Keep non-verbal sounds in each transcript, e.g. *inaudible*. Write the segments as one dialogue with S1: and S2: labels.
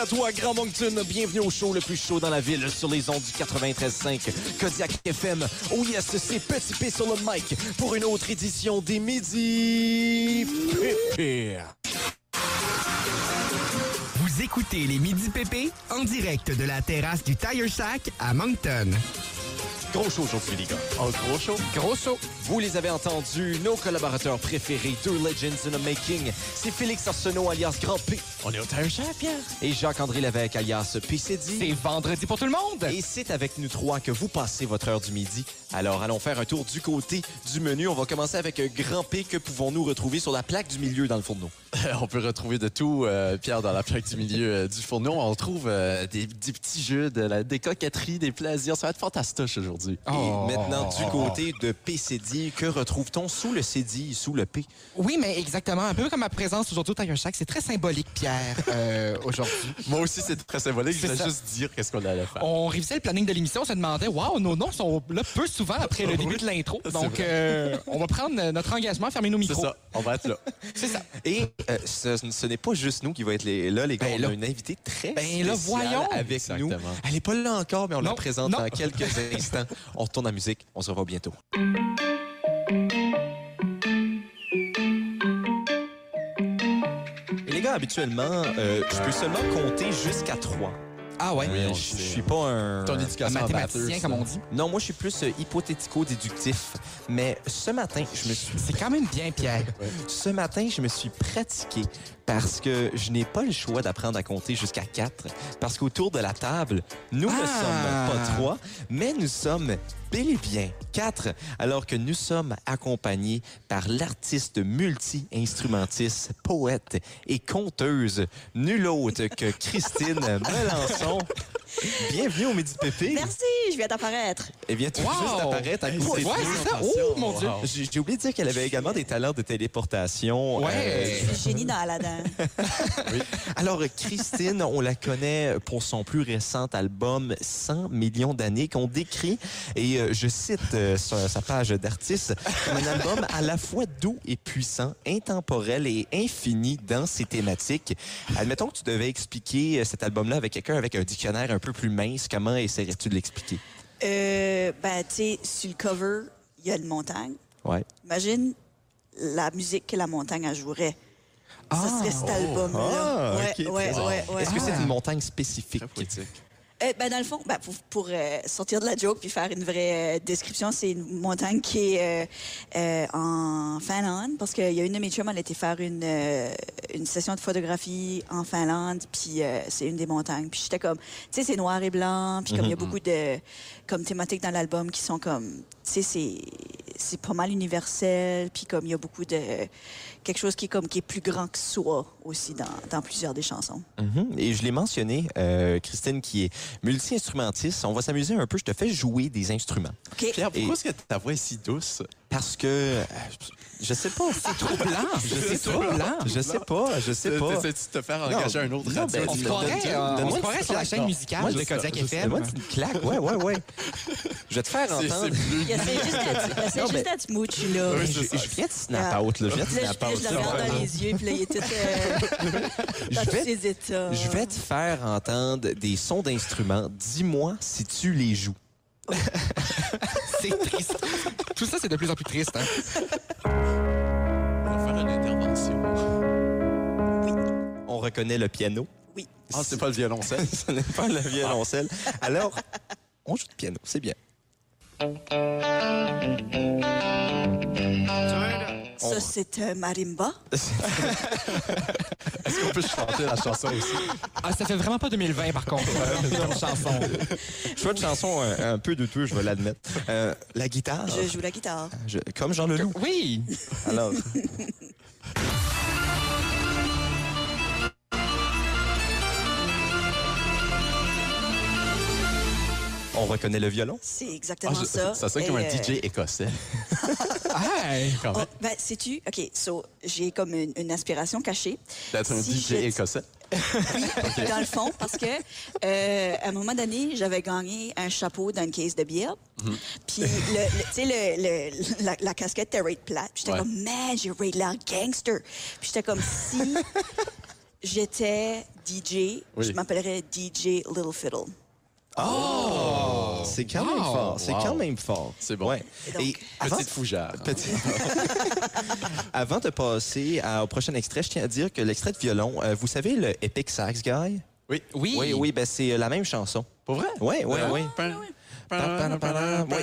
S1: à toi, Grand Moncton. Bienvenue au show le plus chaud dans la ville sur les ondes du 93.5 Kodiak FM. Oh yes, c'est Petit P sur le mic pour une autre édition des Midi Pépé.
S2: Vous écoutez les Midi PP en direct de la terrasse du Tire Shack à Moncton.
S1: Gros show aujourd'hui, les gars.
S3: Oh, gros show.
S2: Gros saut.
S1: Vous les avez entendus, nos collaborateurs préférés, deux legends in the making. C'est Félix Arsenault alias Grand P
S3: On est au Tire Shack, Pierre.
S1: et Jacques-André Lévesque alias PCD.
S3: C'est vendredi pour tout le monde.
S1: Et c'est avec nous trois que vous passez votre heure du midi. Alors, allons faire un tour du côté du menu. On va commencer avec un grand P que pouvons-nous retrouver sur la plaque du milieu dans le fourneau. *laughs*
S3: On peut retrouver de tout, euh, Pierre, dans la plaque du milieu euh, du fourneau. On trouve euh, des, des petits jeux, de la, des coquetteries, des plaisirs. Ça va être fantastoche aujourd'hui.
S2: Oh.
S1: Et maintenant, du côté de PCD, que retrouve-t-on sous le CD, sous le P?
S2: Oui, mais exactement. Un peu comme ma présence aujourd'hui au Tire Shack. C'est très symbolique, Pierre,
S3: *laughs*
S2: euh, aujourd'hui.
S3: Moi aussi, c'est très symbolique. Je
S2: C'est
S3: voulais
S2: ça.
S3: juste dire qu'est-ce qu'on allait faire.
S2: On révisait le planning de l'émission, on se demandait, waouh, nos noms sont là peu souvent après le début de l'intro. Donc, euh, on va prendre euh, notre engagement, fermer nos
S3: C'est
S2: micros.
S3: ça. On va être
S1: *laughs*
S3: là.
S2: C'est ça.
S1: Et euh, ce, ce n'est pas juste nous qui va être les- là, les gars.
S2: Ben
S1: on
S2: là.
S1: a une invitée très
S2: Ben là,
S1: spéciale
S2: voyons.
S1: avec
S3: Exactement.
S1: nous. Elle n'est pas là encore, mais on la
S2: Non,
S1: présente
S2: non.
S1: dans quelques *laughs* instants. On retourne la musique. On se revoit bientôt. Et les gars, habituellement, euh, je peux seulement compter jusqu'à trois.
S2: Ah ouais.
S3: Oui,
S1: Euh,
S3: on le
S1: je
S3: sait.
S1: je suis pas un...
S3: Ton
S2: Un
S3: éducation en
S2: mathématicien,
S3: batteuse,
S2: comme
S3: là.
S2: on dit.
S1: Non, moi, je suis plus euh, hypothético-déductif. Mais ce matin, je me suis
S2: C'est quand même bien,
S3: *laughs*
S2: Pierre.
S1: ce matin, je me suis pratiqué parce que je n'ai pas le choix d'apprendre à compter jusqu'à 4. Parce qu'autour de la table, nous ne
S2: Ah.
S1: sommes pas trois, mais nous sommes bel et bien quatre, alors que nous sommes accompagnés par l'artiste multi-instrumentiste, poète et conteuse, nulle autre que Christine Melançon. Bienvenue au Midi Pépé.
S4: Merci, je viens d'apparaître.
S1: Eh bien, tout
S2: Wow.
S1: juste apparaître à
S3: Hey,
S1: côté
S2: Ouais,
S1: de nous.
S2: c'est ça. Oh, mon Dieu.
S3: Wow.
S1: J'ai j'ai oublié de dire qu'elle avait également des talents de téléportation. euh,
S2: Ouais.
S4: Je suis géniale là-dedans.
S1: Alors, Christine, on la connaît pour son plus récent album 100 millions d'années qu'on décrit, et euh, je cite euh, sa, sa page d'artiste, comme un album à la fois doux et puissant, intemporel et infini dans ses thématiques. Admettons que tu devais expliquer euh, cet album-là avec quelqu'un avec un dictionnaire un peu plus mince, comment essaierais-tu de l'expliquer?
S4: *laughs* Euh, ben, tu sais, sur le cover, il y a une montagne.
S1: Ouais.
S4: Imagine la musique que la montagne a jouerait.
S2: Ah.
S4: Ça serait cet album-là.
S1: Ah,
S4: ouais,
S1: ok,
S4: ouais,
S1: très
S4: ouais, ouais.
S1: Est-ce que c'est
S2: Ah.
S1: une montagne spécifique?
S3: Très poétique.
S4: Euh, ben, dans le fond, ben, pour, pour, euh, sortir de la joke puis faire une vraie euh, description, c'est une montagne qui est euh, euh, en Finlande parce qu'il y a une de mes chums, elle était faire une, euh, une session de photographie en Finlande, puis euh, c'est une des montagnes. Puis j'étais comme, tu sais, c'est noir et blanc, puis comme il y a beaucoup de comme thématiques dans l'album qui sont comme, tu sais, c'est c'est pas mal universel, puis comme il y a beaucoup de quelque chose qui est comme qui est plus grand que soi aussi dans, dans plusieurs des chansons.
S1: Mhm. Et je l'ai mentionné, euh, Christine, qui est multi-instrumentiste. On va s'amuser un peu. Je te fais jouer des instruments.
S4: Ok.
S3: Pierre, pourquoi
S1: Et-
S3: est-ce que ta voix est si douce?
S1: Parce que, euh, je sais pas. C'est trop
S2: Blanc.
S1: *laughs* Je sais
S2: C'est trop blanc.
S1: Je sais pas. Je sais pas.
S3: Euh, T'essaies-tu de te faire engager
S1: Non.
S3: un autre
S1: Non,
S3: radio?
S1: ben,
S2: On se
S1: Donne-
S2: croirait,
S1: donne-
S2: euh, on
S1: donne-moi
S2: se
S1: une
S2: croirait sur la chaîne musicale
S3: Moi,
S2: de
S3: je-
S2: Kodiak
S3: je-
S2: FM.
S1: Donne-moi une petite claque. Ouais, ouais,
S3: *laughs*
S1: ouais. Je vais te faire
S3: C'est- c'est
S1: entendre.
S3: plus-
S4: Il y a c'est juste à- c'est
S1: Non,
S4: juste
S1: mais-
S4: à te moucher, là.
S3: Oui,
S1: Hey,
S3: c'est
S1: je,
S3: ça. Ah.
S1: je viens de snap out, là. Je viens de
S4: Puis là, je,
S1: snap
S4: puis là,
S1: out.
S4: je le regarde dans les yeux, puis là, il est tout euh,
S1: Je
S4: dans tous
S1: vais-
S4: ses états.
S1: Je vais te faire entendre des sons d'instruments. Dis-moi si tu les
S3: *laughs*
S1: joues.
S2: C'est triste. Tout ça, c'est de plus en plus triste. hein.
S3: On va faire une intervention.
S1: On reconnaît le piano. *laughs*
S4: Oui.
S3: Ah, c'est pas le violoncelle.
S1: Ce n'est pas le violoncelle. Alors, on joue de piano, c'est bien.
S4: Ça, c'est un marimba.
S3: Est-ce qu'on peut chanter la chanson aussi?
S2: Ah, ça fait vraiment pas 2020, par contre, euh, comme chanson.
S1: Choix de chanson un, un peu douteux, je veux l'admettre. Euh, la guitare,
S5: Ah.
S4: Je joue la guitare.
S1: je- comme Jean Leloup.
S2: Oui.
S1: Alors, on reconnaît le violon.
S4: C'est
S3: Ah,
S4: exactement
S3: je-
S4: ça.
S3: ça sonne comme
S4: Et,
S3: un
S4: euh,
S3: DJ écossais.
S2: Hey.
S3: Quand
S4: oh,
S3: même.
S4: ben, sais-tu? OK, so, j'ai comme une, une aspiration cachée.
S3: D'être un
S4: si
S3: DJ
S4: je-
S3: écossais.
S4: Dans le fond, parce que euh, à un moment donné, j'avais gagné un chapeau dans une case de bière.
S1: Mm-hmm.
S4: Puis, le- le- tu sais, le- le- la, la casquette était Raid Plate. Puis j'étais
S1: *laughs*
S3: Ouais.
S4: comme, man, j'ai Raid la gangster. Puis j'étais comme, si j'étais DJ,
S1: Oui.
S4: je m'appellerais DJ Little Fiddle.
S5: C'est quand même
S2: Wow!
S5: fort. C'est
S1: Wow.
S5: quand même fort.
S1: C'est bon.
S5: Ouais.
S4: Donc-
S5: Et avant,
S1: Petite fougère.
S5: Petit- avant de passer à- au prochain extrait, je tiens à dire que l'extrait de violon, euh, vous savez le Epic Sax Guy?
S1: Oui.
S2: Oui.
S5: Oui, oui, ben c'est euh, la même chanson.
S1: Pour vrai?
S5: Oui, oui, oui.
S1: Oui.
S5: Oui,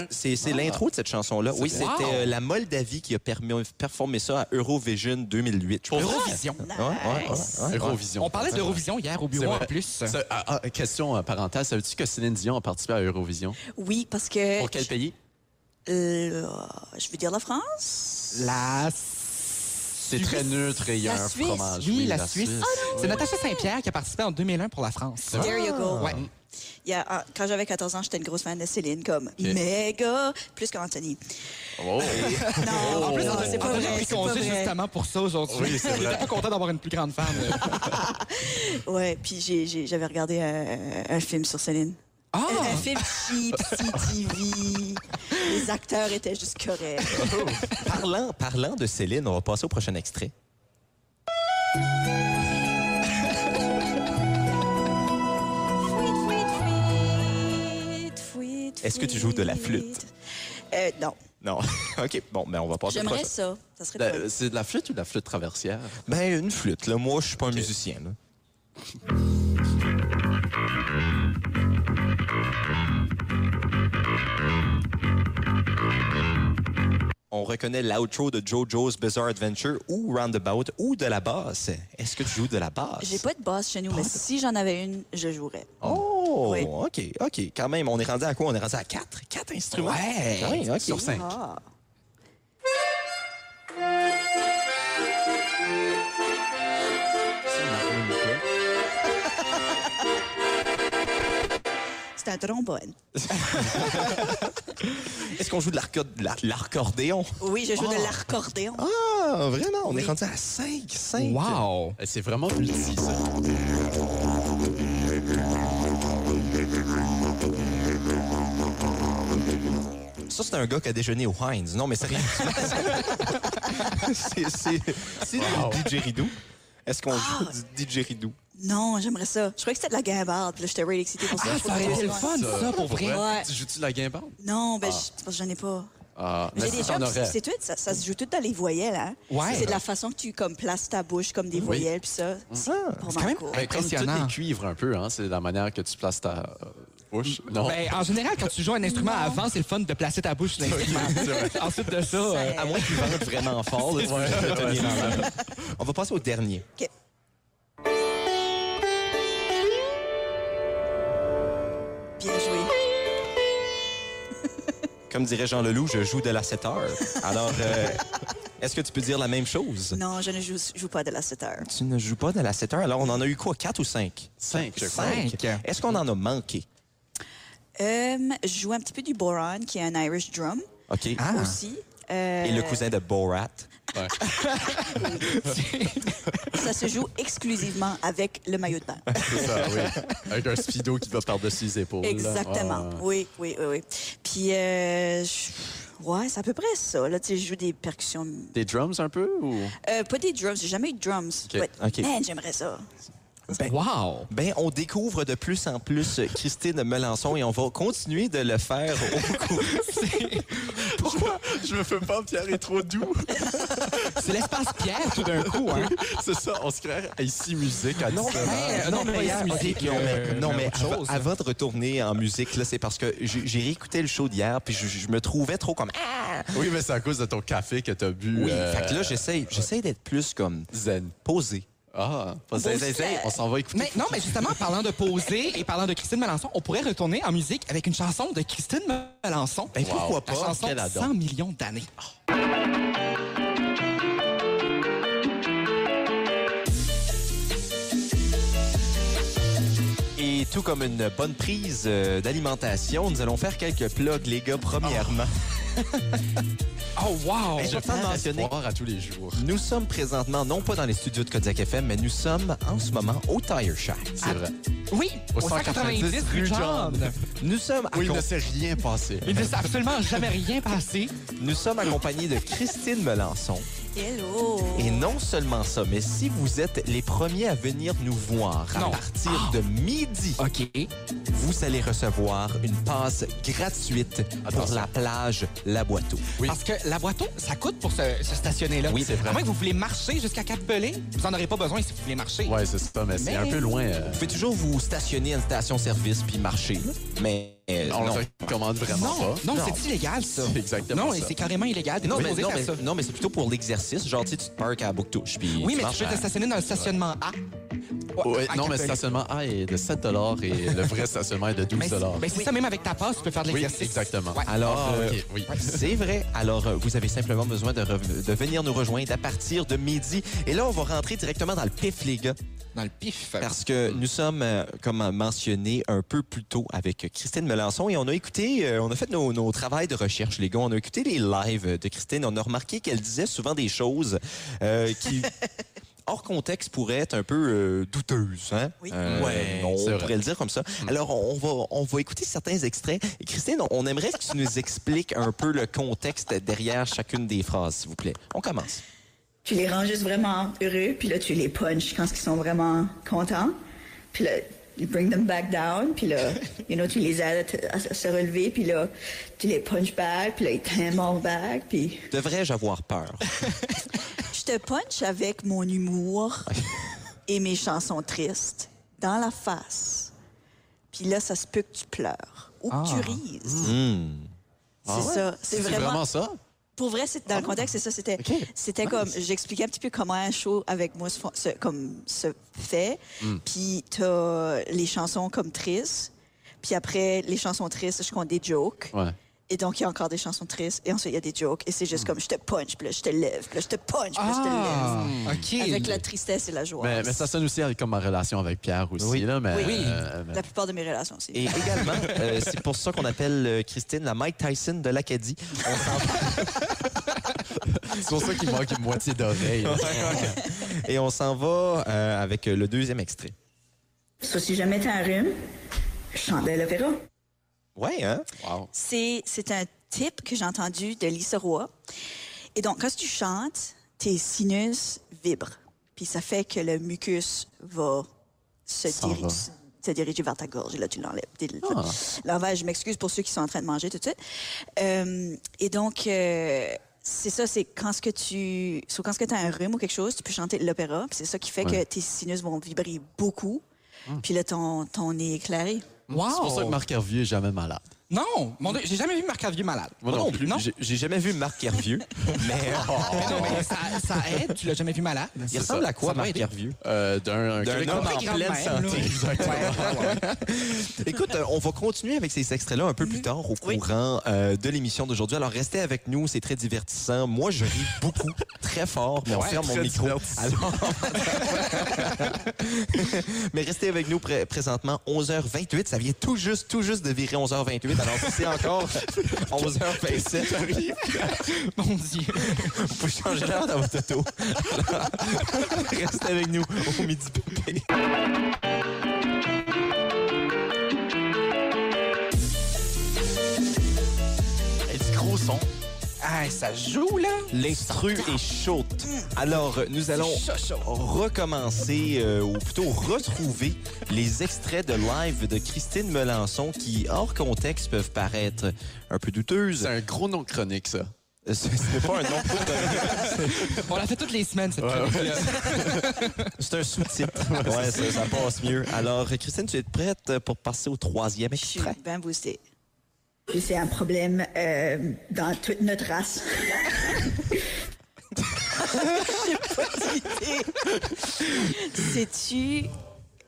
S5: c'est c'est l'intro de cette chanson-là. Oui,
S2: Ah. Wow.
S5: c'était euh, la Moldavie qui a permis- performé ça à Eurovision 2008. je
S1: Pour
S5: crois.
S1: vrai?
S2: Eurovision.
S5: Ouais, ouais, ouais, ouais.
S1: Eurovision.
S2: On parlait d'Eurovision hier au
S1: C'est
S2: bureau en
S1: vrai.
S2: plus.
S1: Ça- ah, ah, question euh, parentale, savais-tu que Céline Dion a participé à Eurovision?
S4: Oui, parce que...
S1: Pour quel pays?
S4: Euh, je veux dire la France?
S2: La
S1: C'est très neutre et il y a
S2: La
S1: un
S2: Suisse.
S1: fromage.
S2: Oui, la Suisse. Oh Ah C'est Natacha Saint-Pierre qui a participé en 2001 pour la France.
S1: Ah.
S4: There you go.
S2: Ouais.
S4: Il y a- ah, quand j'avais 14 ans, j'étais une grosse fan de Céline, comme méga, plus qu'Anthony.
S1: Oh.
S4: *laughs* Non,
S2: En plus,
S4: non,
S2: on-
S4: c'est
S2: on
S4: pas
S2: a
S4: vrai,
S2: pris
S4: c'est pas
S2: congé
S4: vrai.
S2: justement pour ça aujourd'hui.
S1: Oui, c'est
S2: Il
S1: vrai.
S2: était pas content d'avoir une plus grande femme.
S4: Ouais, puis j'ai- j'ai- j'avais regardé euh, un film sur Céline.
S2: Ah!
S4: Un- Un film cheap, CTV. Les acteurs étaient juste corrects.
S5: Parlant, parlant de Céline, on va passer au prochain extrait. Est-ce que tu joues de la flûte? Ah, ben,
S4: Euh, non.
S5: Non. *laughs* OK, bon, mais on va passer au
S4: J'aimerais
S5: prochain.
S4: ça. Ça serait
S5: euh,
S4: le
S1: La- euh, C'est de la flûte ou de la flûte traversière?
S5: Ben, une flûte, là. Moi, je suis pas un musicien, là. On reconnaît l'outro de JoJo's Bizarre Adventure ou Roundabout ou de la basse. Est-ce que tu joues de la basse?
S4: fun. J'ai pas de basse chez nous, mais si j'en avais une, je jouerais.
S5: Oh,
S4: Oui.
S5: OK, OK. Quand même, on est rendu à quoi? On est rendu à quatre. Quatre instruments.
S2: Ouais.
S5: Oui, OK.
S1: Sur cinq.
S4: Ah. C'est un trombone.
S5: Est-ce qu'on joue de l'arco- la- l'accordéon?
S4: Oui, je joue de l'accordéon.
S5: Ah, vraiment? On est
S4: Oui.
S5: rendu à cinq. Cinq.
S2: Wow!
S1: Euh, C'est vraiment multi, ça.
S5: Ça, c'est un gars qui a déjeuné au Heinz. Non, mais sérieux. *laughs* c'est c'est c'est du didgeridoo. Est-ce qu'on joue du didgeridoo?
S4: Non, j'aimerais ça. Je croyais que c'était de la guimbarde. puis Là, j'étais really excitée pour ça. Je trouve que Ah, c'est
S2: ça, pour vrai.
S4: Ouais.
S1: Tu joues-tu de la guimbarde?
S4: Non, ben, je- c'est parce que j'en ai pas.
S1: Ah,
S4: J'ai
S1: mais
S4: des
S1: si t'en
S4: gens,
S1: aurais.
S4: c'est tout, ça, ça se joue tout dans les voyelles, hein?
S2: Ouais.
S4: C'est de la façon que tu comme places ta bouche comme des voyelles, puis ça, c'est
S2: quand
S4: vraiment
S2: même-
S4: cool.
S1: Ben, comme tous
S2: Impressionnant.
S1: les cuivres un peu, hein, c'est la manière que tu places ta euh, bouche.
S5: Mm,
S1: Non.
S2: Ben, en général, quand tu joues un instrument avant, c'est le fun de placer ta bouche sur l'instrument. Ensuite de ça, euh,
S5: À moins qu'il vente vraiment fort. là, tu *laughs* peux tenir en main. On va passer au dernier.
S4: Ok. Bien joué.
S5: Comme dirait Jean Leloup, je joue de la 7 heures. Alors, euh, *laughs* est-ce que tu peux dire la même chose?
S4: Non, je ne joue, joue pas de la 7 heures.
S5: Tu ne joues pas de la 7 heures. Alors, on en a eu quoi? Quatre ou cinq?
S1: Cinq, je crois.
S2: Cinq.
S5: Est-ce qu'on en a manqué?
S4: Euh, je joue un petit peu du boron, qui est un Irish drum
S5: OK.
S2: Ah.
S4: aussi. Euh,
S5: Et le cousin de Borat.
S1: Ouais.
S4: Ça se joue exclusivement avec le maillot de bain.
S1: C'est ça, oui. Avec un speedo qui va par-dessus les épaules. là.
S4: Exactement.
S1: Ah, ouais.
S4: Oui, oui, oui, oui. Puis, euh, je- ouais, c'est à peu près ça. Là, tu sais, je joue des percussions.
S1: Des drums un peu ou
S4: Euh, pas des drums, j'ai jamais eu de drums.
S1: Ok,
S4: But,
S5: ok.
S4: Man, j'aimerais ça.
S2: wow!
S5: Ben, on découvre de plus en plus euh, Christine Melançon et on va continuer de le faire au
S1: *laughs*
S5: cours.
S1: Pourquoi je me fais pas Pierre est trop doux
S2: C'est l'espace Pierre tout d'un coup, hein?
S1: C'est ça, on se crée ici musique à non,
S2: Ben, euh, non, pas hier,
S5: ok,
S2: musique,
S5: non, mais,
S2: euh,
S5: non,
S2: mais
S5: mais
S2: autre
S5: av-
S2: chose.
S5: avant de retourner en musique, là, c'est parce que j'ai j'ai réécouté le show d'hier, puis je, je me trouvais trop comme. Ah!
S1: Oui, mais c'est à cause de ton café que t'as bu.
S5: Oui,
S1: euh,
S5: fait que là, j'essaye j'essaye d'être plus comme
S1: zen.
S5: posé.
S1: Ah, pas zen, zen, zen. On s'en va écouter.
S2: Mais, non, mais justement, en parlant de poser et parlant de Christine Melançon, on pourrait retourner en musique avec une chanson de Christine Melançon.
S5: Ben, pourquoi
S2: La
S5: pas?
S2: chanson
S5: Quelle adore.
S2: 100 millions d'années.
S5: Et tout comme une bonne prise euh, d'alimentation, nous allons faire quelques plugs, les gars, premièrement.
S2: Oh, wow!
S1: Hey,
S3: Je
S1: Je
S3: fais
S1: pense mentionner-
S3: l'espoir à tous les jours.
S1: Nous sommes présentement, non pas dans les studios de Kodiak FM, mais nous sommes en ce moment au Tire Shack.
S3: C'est vrai.
S2: Oui,
S3: Au
S2: au 190
S3: 190
S2: rue John.
S1: Nous sommes,
S3: Oui, il
S1: accom-
S3: ne s'est rien passé.
S2: Il ne s'est absolument jamais rien passé.
S1: nous sommes accompagnés de Christine Melançon.
S4: Hello!
S1: Et non seulement ça, mais si vous êtes les premiers à venir nous voir à
S2: Non.
S1: partir de midi,
S2: OK.
S1: vous allez recevoir une passe gratuite pour
S3: Attention.
S1: la plage La Boiteau.
S2: Parce que la boîte, ça coûte pour se, se stationner là.
S1: Oui, c'est vrai.
S2: À moins que vous voulez marcher jusqu'à Cap-Belin, vous n'en aurez pas besoin si vous voulez marcher.
S3: Ouais, c'est ça, mais c'est
S2: Mais-
S3: un peu loin. euh,
S1: Vous pouvez toujours vous stationner à une station-service puis marcher, mais euh,
S3: on
S1: non.
S3: le recommande vraiment
S2: Non,
S3: pas.
S2: non,
S1: Non.
S2: c'est illégal, ça.
S3: C'est exactement
S2: Non,
S3: ça.
S2: c'est carrément illégal. T'es
S1: Non,
S2: pas
S1: mais,
S2: supposé
S1: non,
S2: faire
S1: mais-
S2: ça.
S1: non, mais c'est plutôt pour l'exercice. Genre, tu sais, tu te parques à Bouctouche. puis
S2: Oui, mais
S1: marches
S2: tu peux
S1: à-
S2: te stationner dans le stationnement A. Ouais,
S3: Ouais,
S2: à
S3: non, mais le
S2: Cap-Belin.
S3: stationnement A est de 7 et le vrai stationnement est de 12
S2: Mais c'est ben, c'est ça, même avec ta passe, tu peux faire de
S3: Oui,
S2: l'exercice.
S3: exactement.
S2: Ouais.
S1: Alors,
S3: Ah,
S1: euh,
S3: ok, oui.
S1: c'est vrai. Alors, euh, vous avez simplement besoin de, re- de venir nous rejoindre à partir de midi. Et là, on va rentrer directement dans le pif, les gars,
S2: Dans le pif.
S1: parce que nous sommes, euh, comme mentionné un peu plus tôt, avec Christine Melançon et on a écouté, euh, on a fait nos, nos travaux de recherche, les gars. On a écouté les lives de Christine. On a remarqué qu'elle disait souvent des choses euh,
S3: *laughs*
S1: qui... Hors contexte, pourraient être un peu euh, douteuses. Hein?
S4: Oui.
S3: Ouais,
S1: on
S3: c'est vrai. Mm.
S1: pourrait le dire comme ça. Alors, on va, on va écouter certains extraits. Et Christine, on aimerait que tu nous expliques un peu le contexte derrière chacune des phrases, s'il vous plaît. On commence.
S6: Tu les rends juste vraiment heureux, puis là, tu les punches quand ils sont vraiment contents. Puis là, you bring them back down, puis
S1: *laughs*
S6: là, you know, tu les aides à, te- à se relever, puis là, tu les punch back, puis là, ils t'aiment back, puis...
S1: Devrais-je avoir peur?
S4: Je te punch avec mon humour et mes chansons tristes dans la face. Puis là, ça se peut que tu pleures ou que tu rises. C'est
S3: Ah ouais?
S4: ça. C'est vraiment...
S3: ça?
S4: Pour vrai, c'est dans le contexte, c'est ça. C'était, c'était comme, j'expliquais un petit peu comment un show avec moi se, fon- se- comme, se fait. Puis t'as les chansons comme tristes. Puis après, les chansons tristes, je compte des jokes.
S3: Ouais.
S4: Et donc, il y a encore des chansons tristes. Et ensuite, il y a des jokes. Et c'est juste comme, je te punch, puis là, je te lève, puis là, je te punch, puis là, je te lève.
S2: Ah, OK.
S4: Avec la tristesse et la joie.
S3: Ben, Mais, mais ça sonne aussi avec- comme ma relation avec Pierre aussi.
S1: Oui.
S3: Là, mais,
S4: Oui.
S3: euh, mais-
S4: La plupart de mes relations, c'est.
S1: Et également, euh, c'est pour ça qu'on appelle euh, Christine la Mike Tyson de l'Acadie. On s'en-
S3: C'est pour ça qu'il manque une moitié d'oreille. là.
S1: Et on s'en va euh, avec euh, le deuxième extrait.
S6: Ça, si jamais t'as un rhume, je chantais à l'opéra.
S1: Ouais, hein?
S3: Wow.
S4: C'est, c'est un tip que j'ai entendu de Lisa Roy. Et donc, quand tu chantes, tes sinus vibrent. Puis ça fait que le mucus va se,
S3: S'en
S4: diri-
S3: va. Ah.
S4: se diriger vers ta gorge. Et Là, tu l'enlèves. T'es- L'envers, je m'excuse pour ceux qui sont en train de manger tout de suite. Euh, et donc, euh, c'est ça, c'est quand ce que tu so, quand ce que as un rhume ou quelque chose, tu peux chanter de l'opéra. Puis c'est ça qui fait
S3: Ouais. Ah.
S4: que tes sinus vont vibrer beaucoup. Puis là, ton, ton nez est éclairé.
S2: Wow.
S3: C'est pour ça que Marc Hervieux est jamais malade.
S2: Non, mon Dieu, j'ai jamais vu Marc Hervieux malade.
S3: Moi non plus.
S2: Non,
S1: J'ai- J'ai jamais vu Marc Hervieux, mais
S2: mais non, mais ça, ça aide, tu l'as jamais vu malade.
S1: il ressemble à quoi,
S2: Ça doit
S1: Marc
S2: aider.
S1: Hervieux?
S3: Euh, D'un un
S1: D'un homme
S3: Québécois
S1: en
S2: Grand-mère,
S1: pleine
S2: là.
S1: santé.
S2: Ouais, ouais, ouais.
S1: Écoute, euh, on va continuer avec ces extraits-là un peu
S3: Mhm.
S1: plus tard au
S4: Oui.
S1: courant euh, de l'émission d'aujourd'hui. Alors restez avec nous, c'est très divertissant. Moi, je ris *laughs* beaucoup, très fort, mais on
S3: Ouais,
S1: ferme mon
S3: très
S1: micro.
S3: divertissant.
S1: Alors... *laughs* mais restez avec nous pré- présentement 11h28. Ça vient tout juste, tout juste de virer 11h28. Alors si c'est encore
S3: *laughs*
S1: 11h27,
S2: Mon Dieu.
S1: vous pouvez changer l'heure dans votre auto. *laughs* restez avec nous au midi pépé.
S3: Et du gros son.
S2: Ah, ça joue, là.
S1: L'instru est chaud. Alors, nous allons recommencer, euh, ou plutôt retrouver les extraits de live de Christine Melançon qui, hors contexte, peuvent paraître un peu
S3: C'est
S1: douteuses.
S3: un gros nom chronique, ça.
S1: Euh, Ce ce n'est pas un nom pour de-
S2: On l'a fait toutes les semaines, cette chronique-là.
S1: C'est un sous-titre. *laughs* Ouais, ça, ça passe mieux. Alors, Christine, tu es prête pour passer au troisième
S4: Je suis
S1: extrait?
S4: bien boostée.
S6: Puis c'est un problème euh, dans toute notre race.
S4: *laughs* Sais-tu,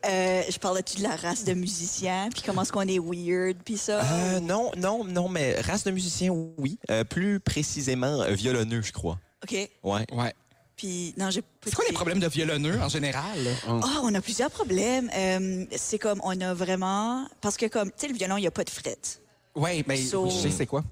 S4: euh, je parlais-tu de la race de musiciens, puis comment est-ce qu'on est weird, puis ça?
S2: Ah.
S1: Euh, non, non, non, mais race de musiciens, oui. Euh, plus précisément, euh, violonneux, je crois.
S4: OK.
S1: Ouais.
S2: Ouais.
S4: Puis, non, j'ai pas
S2: C'est quoi les
S4: écouté.
S2: problèmes de violonneux, en général?
S4: Ah, on a plusieurs problèmes. Euh, c'est comme, on a vraiment. Parce que, comme, tu sais, le violon, il n'y a pas de frette.
S2: Ouais, mais
S4: So- *laughs*
S2: je sais c'est quoi.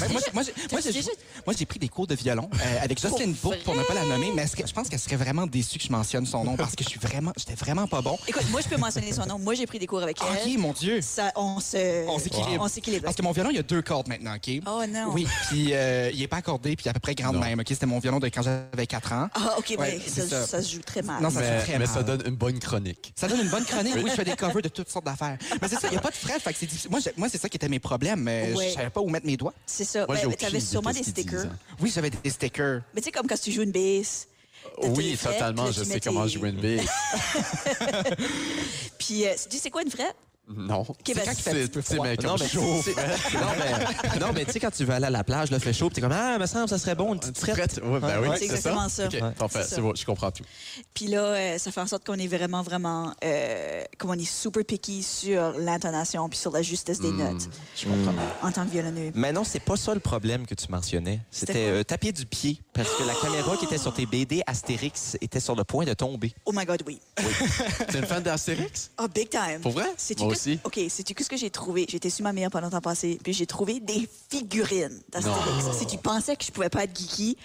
S2: Ben, moi, j'ai- moi, j'ai- moi, j'ai-
S4: déjà-
S2: moi, j'ai pris des cours de violon euh, avec Jocelyne Bourque, pour ne pas la nommer, mais est-ce que- je pense qu'elle serait vraiment déçue que je mentionne son nom parce que je suis vraiment, j'étais vraiment pas bon.
S4: Écoute, moi, je peux mentionner son nom. Moi, j'ai pris des cours avec elle.
S2: Ah, Ok, mon Dieu.
S4: Ça, on se...
S2: On s'équilibre.
S4: On s'équilibre.
S2: Parce que mon violon, il y a deux cordes maintenant, OK?
S4: Oh, non.
S2: Oui, puis euh, il est pas accordé, puis à peu près grande même, OK? C'était mon violon de quand j'avais 4 ans.
S4: Ah, OK,
S2: Ouais,
S4: ben,
S2: c'est
S4: ça,
S2: ça.
S4: ça se joue très mal.
S2: Non, ça se joue
S3: Mais,
S2: très
S3: mais
S2: mal.
S3: ça donne une bonne chronique.
S2: Ça donne une bonne chronique. Oui, je fais des covers de toutes sortes d'affaires. Mais c'est ça, il n'y a pas de frais, fait que c'est difficile. Moi, j'ai- moi c'est ça qui était mes problèmes. euh,
S4: Ouais.
S2: Je savais pas où mettre mes doigts.
S4: C'est ça.
S3: Moi, j'ai
S4: Ben,
S3: aucune
S4: t'avais
S3: idée
S4: sûrement
S3: de ce
S4: des
S3: qu'ils
S4: stickers.
S3: disent, hein.
S2: Oui, j'avais des stickers.
S4: Mais tu sais, comme quand tu joues une bass. t'as tes
S3: Oui,
S4: frettes, puis
S3: totalement.
S4: là,
S3: Je
S4: tu
S3: sais
S4: mets
S3: comment
S4: tes-
S3: jouer une bille.
S4: Puis, euh, tu dis, c'est quoi une frette?
S3: Non.
S4: ben,
S3: C'est-
S4: quand il fait un
S2: petit peu
S3: c'est-
S2: froid.
S3: mais
S1: Non
S3: comme
S1: mais,
S3: je-
S1: tu sais- non, mais, non, mais tu sais, quand tu vas aller à la plage, là, fait chaud, puis t'es comme, ah, me semble, ça serait bon, une petite frette.
S3: Prête? Ouais, ben oui,
S4: Ouais, c'est exactement ça.
S3: Ok,
S4: Ouais.
S3: Parfait,
S4: C'est ça.
S3: c'est bon, je comprends tout.
S4: Puis là, euh, ça fait en sorte qu'on est vraiment, vraiment, euh, comme on est super picky sur l'intonation puis sur la justesse des
S3: Hmm.
S4: notes. Je comprends. En tant que violonneux.
S1: Mais non, c'est pas ça le problème que tu mentionnais. C'était
S4: C'était quoi?
S1: euh, taper du pied parce que la caméra qui était sur tes BD Astérix était sur le point de tomber.
S4: Oh my God, oui.
S3: T'es une fan d'Astérix?
S4: Oh, big time.
S3: Pour vrai?
S4: Sais-tu
S3: Moi
S4: que-
S3: aussi.
S4: OK, sais-tu qu'est-ce que j'ai trouvé? J'étais sur ma mère pendant le temps passé, puis j'ai trouvé des figurines d'Astérix. Si tu pensais que je pouvais pas être geeky,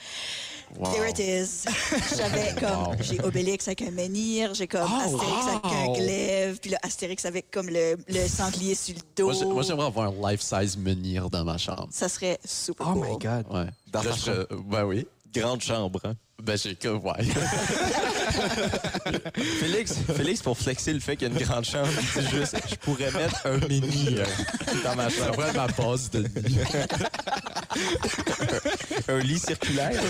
S3: Wow.
S4: there it is. *laughs* J'avais comme...
S3: Wow.
S4: J'ai Obélix avec un menhir, j'ai comme
S2: Oh,
S4: Astérix avec un
S2: wow.
S4: glaive, puis là, Astérix avec comme le, le sanglier sur le
S3: Moi,
S4: dos.
S3: j'ai- moi, j'aimerais avoir un life-size menhir dans ma chambre.
S4: Ça serait super
S2: Oh
S4: cool.
S2: my God.
S3: Ouais.
S1: Dans
S3: Là,
S1: ta
S3: je serais- Ben oui.
S1: Grande chambre. hein.
S3: Ben j'ai que. *laughs* Ouais.
S1: *laughs* Félix, Félix, pour flexer le fait qu'il y a une grande chambre, il dit juste, je pourrais mettre un mini
S3: *laughs*
S1: euh, dans ma
S3: Ça
S1: chambre.
S3: pourrait être ma base de nuit.
S1: Un lit circulaire.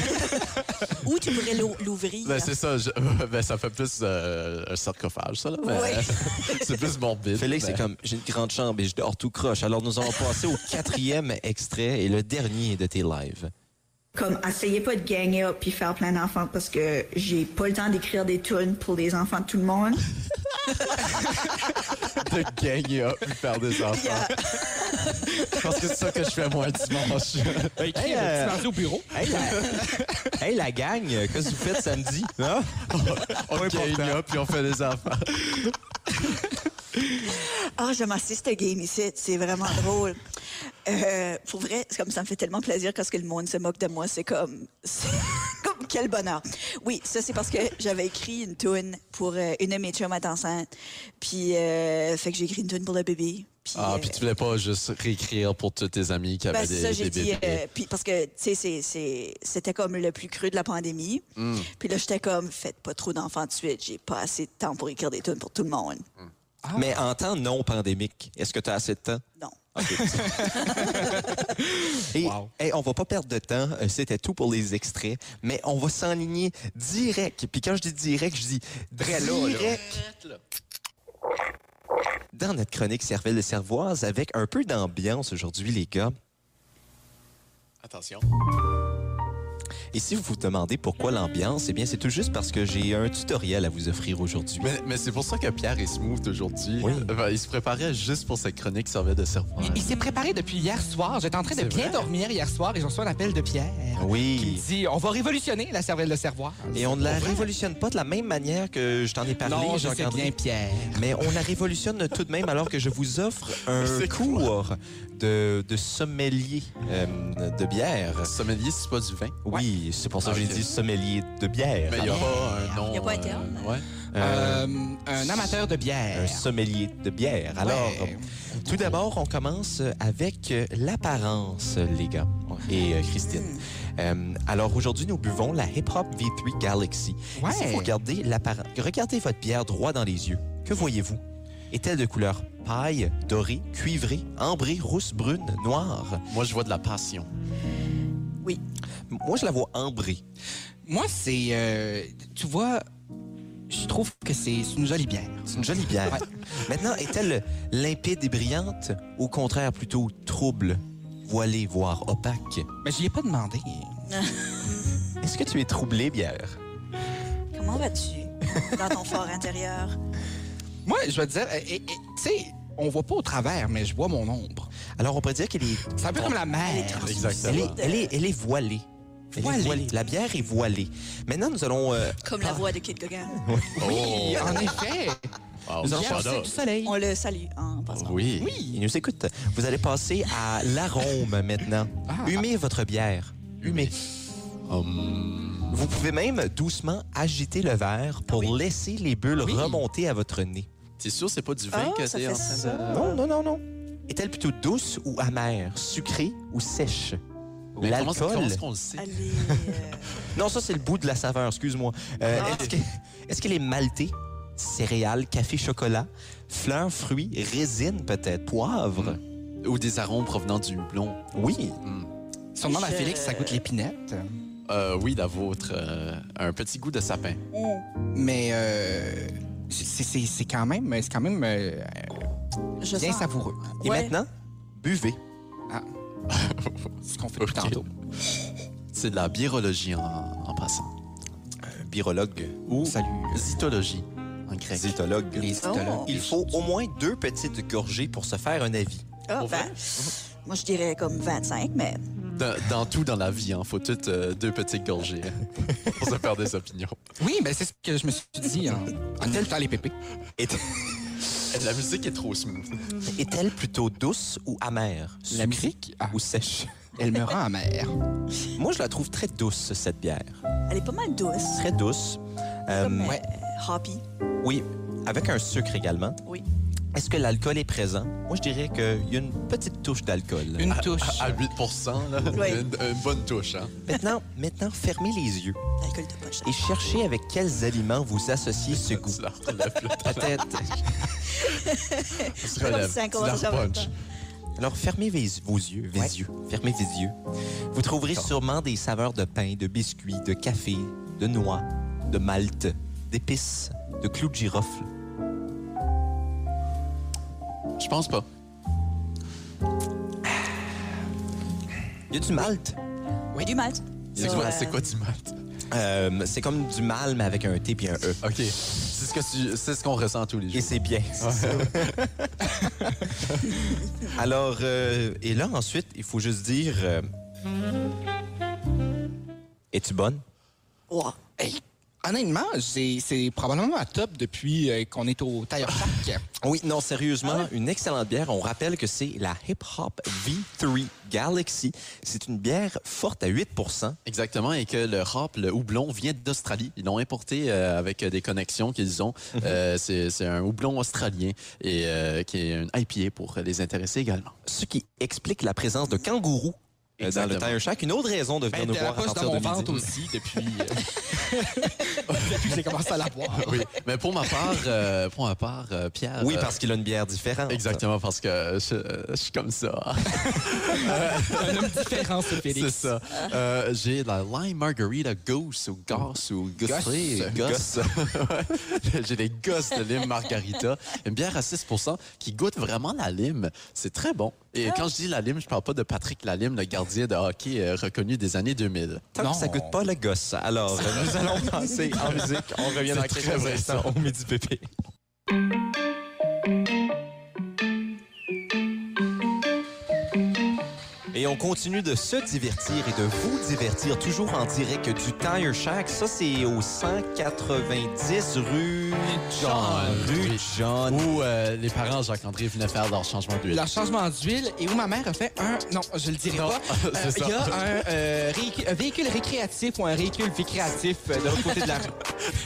S4: Ou tu pourrais l'ou- l'ouvrir.
S3: *laughs* Ben c'est ça. je- *laughs* Ben ça fait plus euh, un sarcophage, ça, là. mais-
S4: Ouais.
S3: *laughs* c'est plus morbide.
S1: Félix,
S3: mais-
S1: c'est comme, j'ai une grande chambre et je dors tout croche. Alors, nous allons passer au quatrième extrait et le dernier de tes lives.
S6: Comme, essayez pas de gagner up puis faire plein d'enfants parce que j'ai pas le temps d'écrire des tunes pour les enfants de tout le monde.
S3: de gagner up puis faire des enfants. Parce que c'est ça que je fais moi un *laughs* dimanche.
S2: Hey,
S1: euh,
S2: tu au bureau.
S1: Hey, la, hey, la gang, euh, qu'est-ce que vous faites samedi? hein?
S3: on gagne up puis on fait des enfants.
S4: Ah, j'aime assez cette game ici. C'est vraiment *laughs* drôle. Euh, pour vrai, c'est comme ça me fait tellement plaisir quand ce que le monde se moque de moi. C'est comme... c'est *laughs* comme quel bonheur. Oui, ça, c'est parce que j'avais écrit une tune pour euh, une de mes chums est enceinte. Puis, euh, fait que j'ai écrit une tune pour le bébé. Puis,
S3: Ah,
S4: euh,
S3: puis tu voulais pas juste réécrire pour tous tes amis qui avaient
S4: Ben, c'est
S3: des,
S4: ça,
S3: des
S4: j'ai dit.
S3: bébés.
S4: euh, puis parce que, tu sais, c'est- c'est- c'était comme le plus creux de la pandémie.
S3: Mm.
S4: Puis là, j'étais comme, faites pas trop d'enfants de suite. J'ai pas assez de temps pour écrire des tunes pour tout le monde.
S1: Mais en temps non pandémique, est-ce que tu as assez de temps?
S4: Non.
S3: Ah.
S1: Et,
S2: Wow.
S1: hey, on va pas perdre de temps. Euh, C'était tout pour les extraits, mais on va s'enligner direct. Puis quand je dis direct, je dis direct dans notre chronique Cervelle de Cervoise avec un peu d'ambiance aujourd'hui, les gars.
S3: Attention.
S1: Et si vous vous demandez pourquoi l'ambiance, eh bien, c'est tout juste parce que j'ai un tutoriel à vous offrir aujourd'hui.
S3: Mais, mais c'est pour ça que Pierre est smooth aujourd'hui.
S1: Oui.
S3: Ben, il se préparait juste pour cette chronique qui servait de cerveau.
S2: Il, il s'est préparé depuis hier soir. J'étais en train de
S3: C'est
S2: bien
S3: vrai?
S2: dormir hier soir et j'en reçois un appel de Pierre. Qui me
S1: Oui. Ah,
S2: dit On va révolutionner la cervelle de cerveau.
S1: Et on ne la révolutionne pas de la même manière que je t'en ai parlé.
S2: Non, je sais
S1: Jean-Gandry.
S2: bien Pierre.
S1: Mais on la révolutionne tout de même alors que je vous
S2: *laughs*
S1: offre un cours de, de sommelier euh, de bière.
S3: Sommelier, c'est pas du vin.
S1: Oui, c'est pour ça que j'ai
S3: Ok.
S1: dit sommelier de bière.
S3: Mais il n'y a
S2: Ah,
S3: pas un nom.
S4: Y a pas un
S3: euh,
S4: terme.
S3: ouais.
S1: Euh,
S2: Euh, un amateur de bière.
S1: un sommelier de bière. Alors,
S2: Ouais.
S1: tout d'abord, on commence avec euh, l'apparence, euh, les gars, et euh, Christine. Euh, alors, aujourd'hui, nous buvons la Hip Hop V3 Galaxy.
S2: Ouais.
S1: Et Si vous regardez l'apparence, regardez votre bière droit dans les yeux. Que voyez-vous? Est-elle de couleur paille, dorée, cuivrée, ambrée, rousse, brune, noire?
S3: Moi, je vois de la passion.
S4: Oui.
S1: M- Moi, je la vois ambrée.
S2: Moi, c'est. euh, tu vois, je trouve que c'est c'est une jolie bière.
S1: C'est une jolie bière. Maintenant, est-elle limpide et brillante? Au contraire, plutôt trouble, voilée, voire opaque?
S2: Mais je n'y ai pas demandé.
S1: Est-ce que tu es troublé, bière?
S4: Comment vas-tu dans ton fort intérieur?
S2: Moi, je vais te dire, euh, euh, euh, tu sais, on voit pas au travers, mais je vois mon ombre.
S1: Alors, on pourrait dire qu'elle est...
S2: C'est un peu comme la mer.
S4: Elle est
S1: Elle
S4: translucide.
S1: est,
S3: Exactement.
S1: elle est- elle est voilée. Elle est
S2: Voilée.
S1: voilée. La bière est voilée. Maintenant, nous allons... euh,
S4: Comme la voix de Kid Gauguin.
S2: Oui, en effet.
S3: Oh, Wow,
S2: Nous allons
S3: shout
S2: passer
S3: out.
S2: du soleil.
S4: On le salue en passant.
S3: Oui.
S1: Il nous écoute. Vous allez passer à l'arôme maintenant.
S2: Ah.
S1: Humez votre bière. Humez.
S3: Hum,
S1: Vous pouvez même doucement agiter le
S2: Ah
S1: verre pour laisser les bulles remonter à votre nez.
S3: T'es sûr, c'est pas du vin
S4: Ah,
S3: que
S4: ça
S3: t'es en
S4: fait
S3: train de-
S4: ça.
S1: Non, non, non, non. Est-elle plutôt douce ou amère, sucrée ou sèche?
S3: Mais comment- Comment
S1: L'alcool.
S3: est-ce qu'on le sait?
S4: Allez. euh,
S1: Non, ça, c'est le bout de la saveur, excuse-moi. Euh,
S4: Ah.
S1: Est-ce que- est-ce qu'elle est, maltée, céréales, café, chocolat, fleurs, fruits, résine peut-être, poivre?
S3: Ou des arômes provenant du houblon?
S1: Oui.
S2: Si on demande à
S4: Je-
S2: Félix, ça goûte l'épinette.
S3: Euh, oui, la vôtre. euh, un petit goût de sapin.
S2: Mais euh, c'est- c'est c'est quand même, c'est quand même euh,
S4: je
S2: bien
S4: sens.
S2: savoureux.
S1: Et
S4: Ouais.
S1: maintenant, buvez.
S2: Ah. Ce qu'on fait depuis
S3: Ok.
S2: tantôt.
S3: C'est de la biologie en, en passant.
S1: Birologue ou
S2: Salut. euh,
S3: Zytologie en grec.
S1: zytologue.
S2: Les
S4: Oh.
S2: cytologues.
S1: Il faut au moins deux petites gorgées pour se faire un avis.
S4: Ah,
S3: Au vrai?
S4: ben, moi, je dirais comme 25, mais
S3: Dans, dans tout dans la vie, hein, faut toutes euh, deux petites gorgées hein, *laughs* pour se faire des opinions.
S2: Oui, ben c'est ce que je me suis dit. En, en tel temps, les pépés.
S1: Est-
S3: Eh, La musique est trop smooth.
S1: Est-elle plutôt douce ou amère?
S2: La
S1: sucrée
S2: musique, ah,
S1: ou sèche?
S2: elle me rend amère.
S1: Moi, je la trouve très douce, cette bière.
S4: elle est pas mal douce.
S1: Très douce. Euh,
S4: Comme, euh,
S2: ouais.
S4: hoppy.
S1: oui, avec un sucre également.
S4: Oui.
S1: Est-ce que l'alcool est présent? Moi, je dirais qu'il y a une petite touche d'alcool.
S2: Une touche.
S3: À 8 là,
S4: Oui.
S3: une, une bonne touche. Hein.
S1: Maintenant, maintenant, fermez les yeux
S4: L'alcool de poche.
S1: et cherchez avec quels aliments vous associez ce
S3: *laughs*
S1: goût.
S3: Tu la relèves, là.
S1: Peut-être.
S3: Tu
S4: comme
S3: relèves,
S4: si ça
S3: tu
S4: commençait
S3: la
S4: en même
S3: punches.
S1: Alors, fermez vis- vos yeux. Vos yeux. Fermez vos yeux. Vous trouverez sûrement des saveurs de pain, de biscuits, de café, de noix, de malt, d'épices, de clous de girofle.
S3: Je pense pas.
S1: Il y a du malt.
S4: Oui. Du malt.
S3: C'est
S4: Sur,
S3: quoi,
S4: euh,
S3: c'est quoi du malt?
S1: Euh, c'est comme du mal, mais avec un T puis un E.
S3: OK. C'est ce que tu- c'est ce qu'on ressent tous les
S1: Et
S3: jours.
S1: c'est bien. *laughs* Alors, euh, et là, ensuite, il faut juste dire... euh, Es-tu bonne?
S4: ouah.
S2: Hey, honnêtement, j'ai- c'est probablement ma top depuis euh, qu'on est au Ben, Tire Park.
S1: Oui, non, sérieusement, une excellente bière. On rappelle que c'est la Hip Hop V3 Galaxy. C'est une bière forte à 8
S3: Exactement, et que le rap, le houblon, vient d'Australie. Ils l'ont importé euh, avec euh, des connexions qu'ils ont. Euh, c'est c'est un houblon australien et euh, qui est un IPA pour les intéresser également.
S1: ce qui explique la présence de kangourous euh, dans le
S3: Exactement.
S1: Tire Shack. Une autre raison de venir
S2: Ben,
S1: nous
S2: de la
S1: voir à
S2: poche dans
S1: partir de
S2: mon
S1: midi.
S2: ventre aussi depuis, euh, *laughs* depuis que j'ai commencé à la boire.
S3: Oui, *laughs* mais pour ma part, euh, pour ma part euh, Pierre...
S1: Oui,
S3: euh,
S1: parce qu'il a une bière différente.
S3: Exactement, parce que je, je suis comme ça. *laughs*
S2: Un homme différent, ce Félix.
S3: C'est ça. Euh, J'ai la lime margarita goose ou gosse ou gosselée. Gosse. *laughs* Ouais. J'ai des gosses de lime margarita. Une bière à 6 qui goûte vraiment la lime. C'est très bon.
S1: Ah.
S3: Et quand je dis la lime, je parle pas de Patrick Lalime, le gardien de hockey euh, reconnu des années 2000.
S1: Tant
S2: Non.
S1: que ça goûte pas le gosse. Alors, *laughs* euh, nous allons passer en musique. On revient dans
S3: C'est très
S1: quelques
S3: vrai,
S1: instants au Midi Pépé. Et on continue de se divertir et de vous divertir toujours en direct du Tire Shack. Ça, c'est au 190 rue John. Rue John.
S3: Où euh, les parents Jacques-André venaient faire leur changement d'huile.
S2: Leur changement d'huile et où ma mère a fait un... Non, je le dirai pas. Euh,
S3: *laughs* c'est
S2: Il
S3: ça.
S2: y a un, euh, récu- un véhicule récréatif ou un véhicule récréatif euh, de l'autre côté de la rue.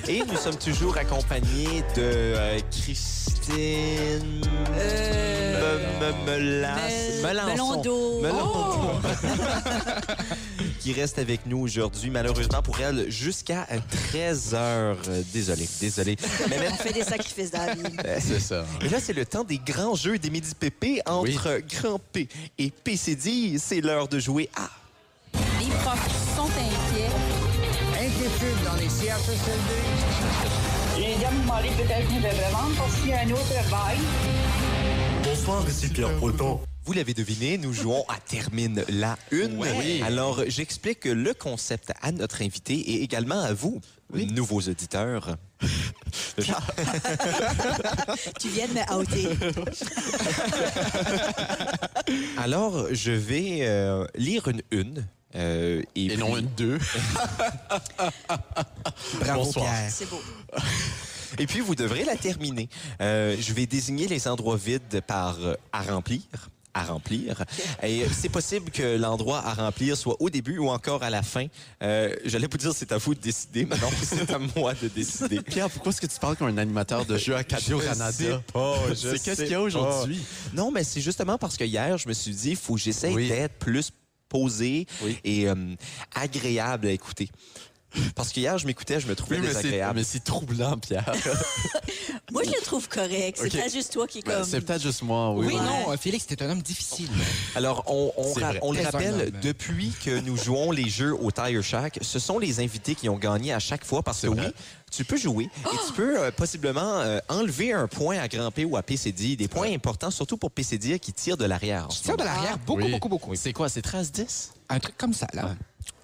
S1: Et nous sommes toujours accompagnés de euh, Christine Me- me- Melas-
S4: Mel- Melondo.
S1: Melondo. *laughs* qui reste avec nous aujourd'hui, malheureusement pour elle, jusqu'à 13 heures. Euh, Désolé, désolé. Mais
S4: On
S1: maintenant-
S4: fait des sacrifices
S1: *laughs*
S4: dans la vie.
S3: C'est ça.
S1: et là, c'est le temps des grands jeux des midi PP entre Grand P et PCD. C'est l'heure de jouer à
S7: Les profs sont inquiets.
S8: Inquiétude dans les CHSLD.
S6: J'ai déjà demandé peut-être qu'on devrait vendre pour s'il y a un autre bail.
S9: Bonsoir, ici Pierre Proton.
S1: Vous l'avez deviné, nous jouons à Termine la Une.
S3: Oui.
S1: Alors, j'explique le concept à notre invité et également à vous, nouveaux auditeurs.
S4: Tu viens de me outer.
S1: Alors, je vais euh, lire une une. Euh, et
S3: Et
S1: puis-
S3: non une deux.
S2: Bravo,
S3: Bonsoir.
S2: Pierre.
S4: C'est beau.
S1: Et puis, vous devrez la terminer. Euh, je vais désigner les endroits vides par euh, à remplir à remplir. Et euh, c'est possible que l'endroit à remplir soit au début ou encore à la fin. Euh, *laughs* J'allais vous dire, c'est à vous de décider, mais non, *laughs* c'est à moi de
S3: *laughs*
S1: décider.
S3: Pierre, pourquoi est-ce que tu parles comme un animateur de jeu à Cadio Canada? C'est qu'est-ce qu'il y a aujourd'hui?
S1: Non, mais c'est justement parce que hier, je me suis dit, il faut que j'essaie
S3: Oui.
S1: d'être plus posé
S3: Oui.
S1: et euh, agréable à écouter. Parce qu'hier, je m'écoutais, je me trouvais
S3: Oui, mais c'est-
S1: désagréable.
S3: mais c'est troublant, Pierre.
S4: Moi, je le trouve correct. C'est
S3: Ok.
S4: pas juste toi qui est
S3: Ben,
S4: comme.
S3: c'est peut-être juste moi, oui.
S2: Oui,
S3: oui. Oh,
S2: non, euh, Félix, t'es un homme difficile.
S1: Alors, on, on,
S3: C'est
S1: ra-
S3: vrai.
S1: on le
S2: Très
S1: rappelle,
S2: honorable.
S1: depuis que nous jouons les jeux au Tire Shack, ce sont les invités qui ont gagné à chaque fois parce que
S3: vrai.
S1: oui, tu peux jouer et tu peux euh, possiblement euh, enlever un point à Grand P ou à PCD, des points importants, surtout pour PCD qui tire de l'arrière. en ce
S2: Tu tires de l'arrière beaucoup,
S3: Oui. Ah.
S2: beaucoup, beaucoup.
S3: C'est quoi, c'est 13-10?
S2: Un truc comme ça, là.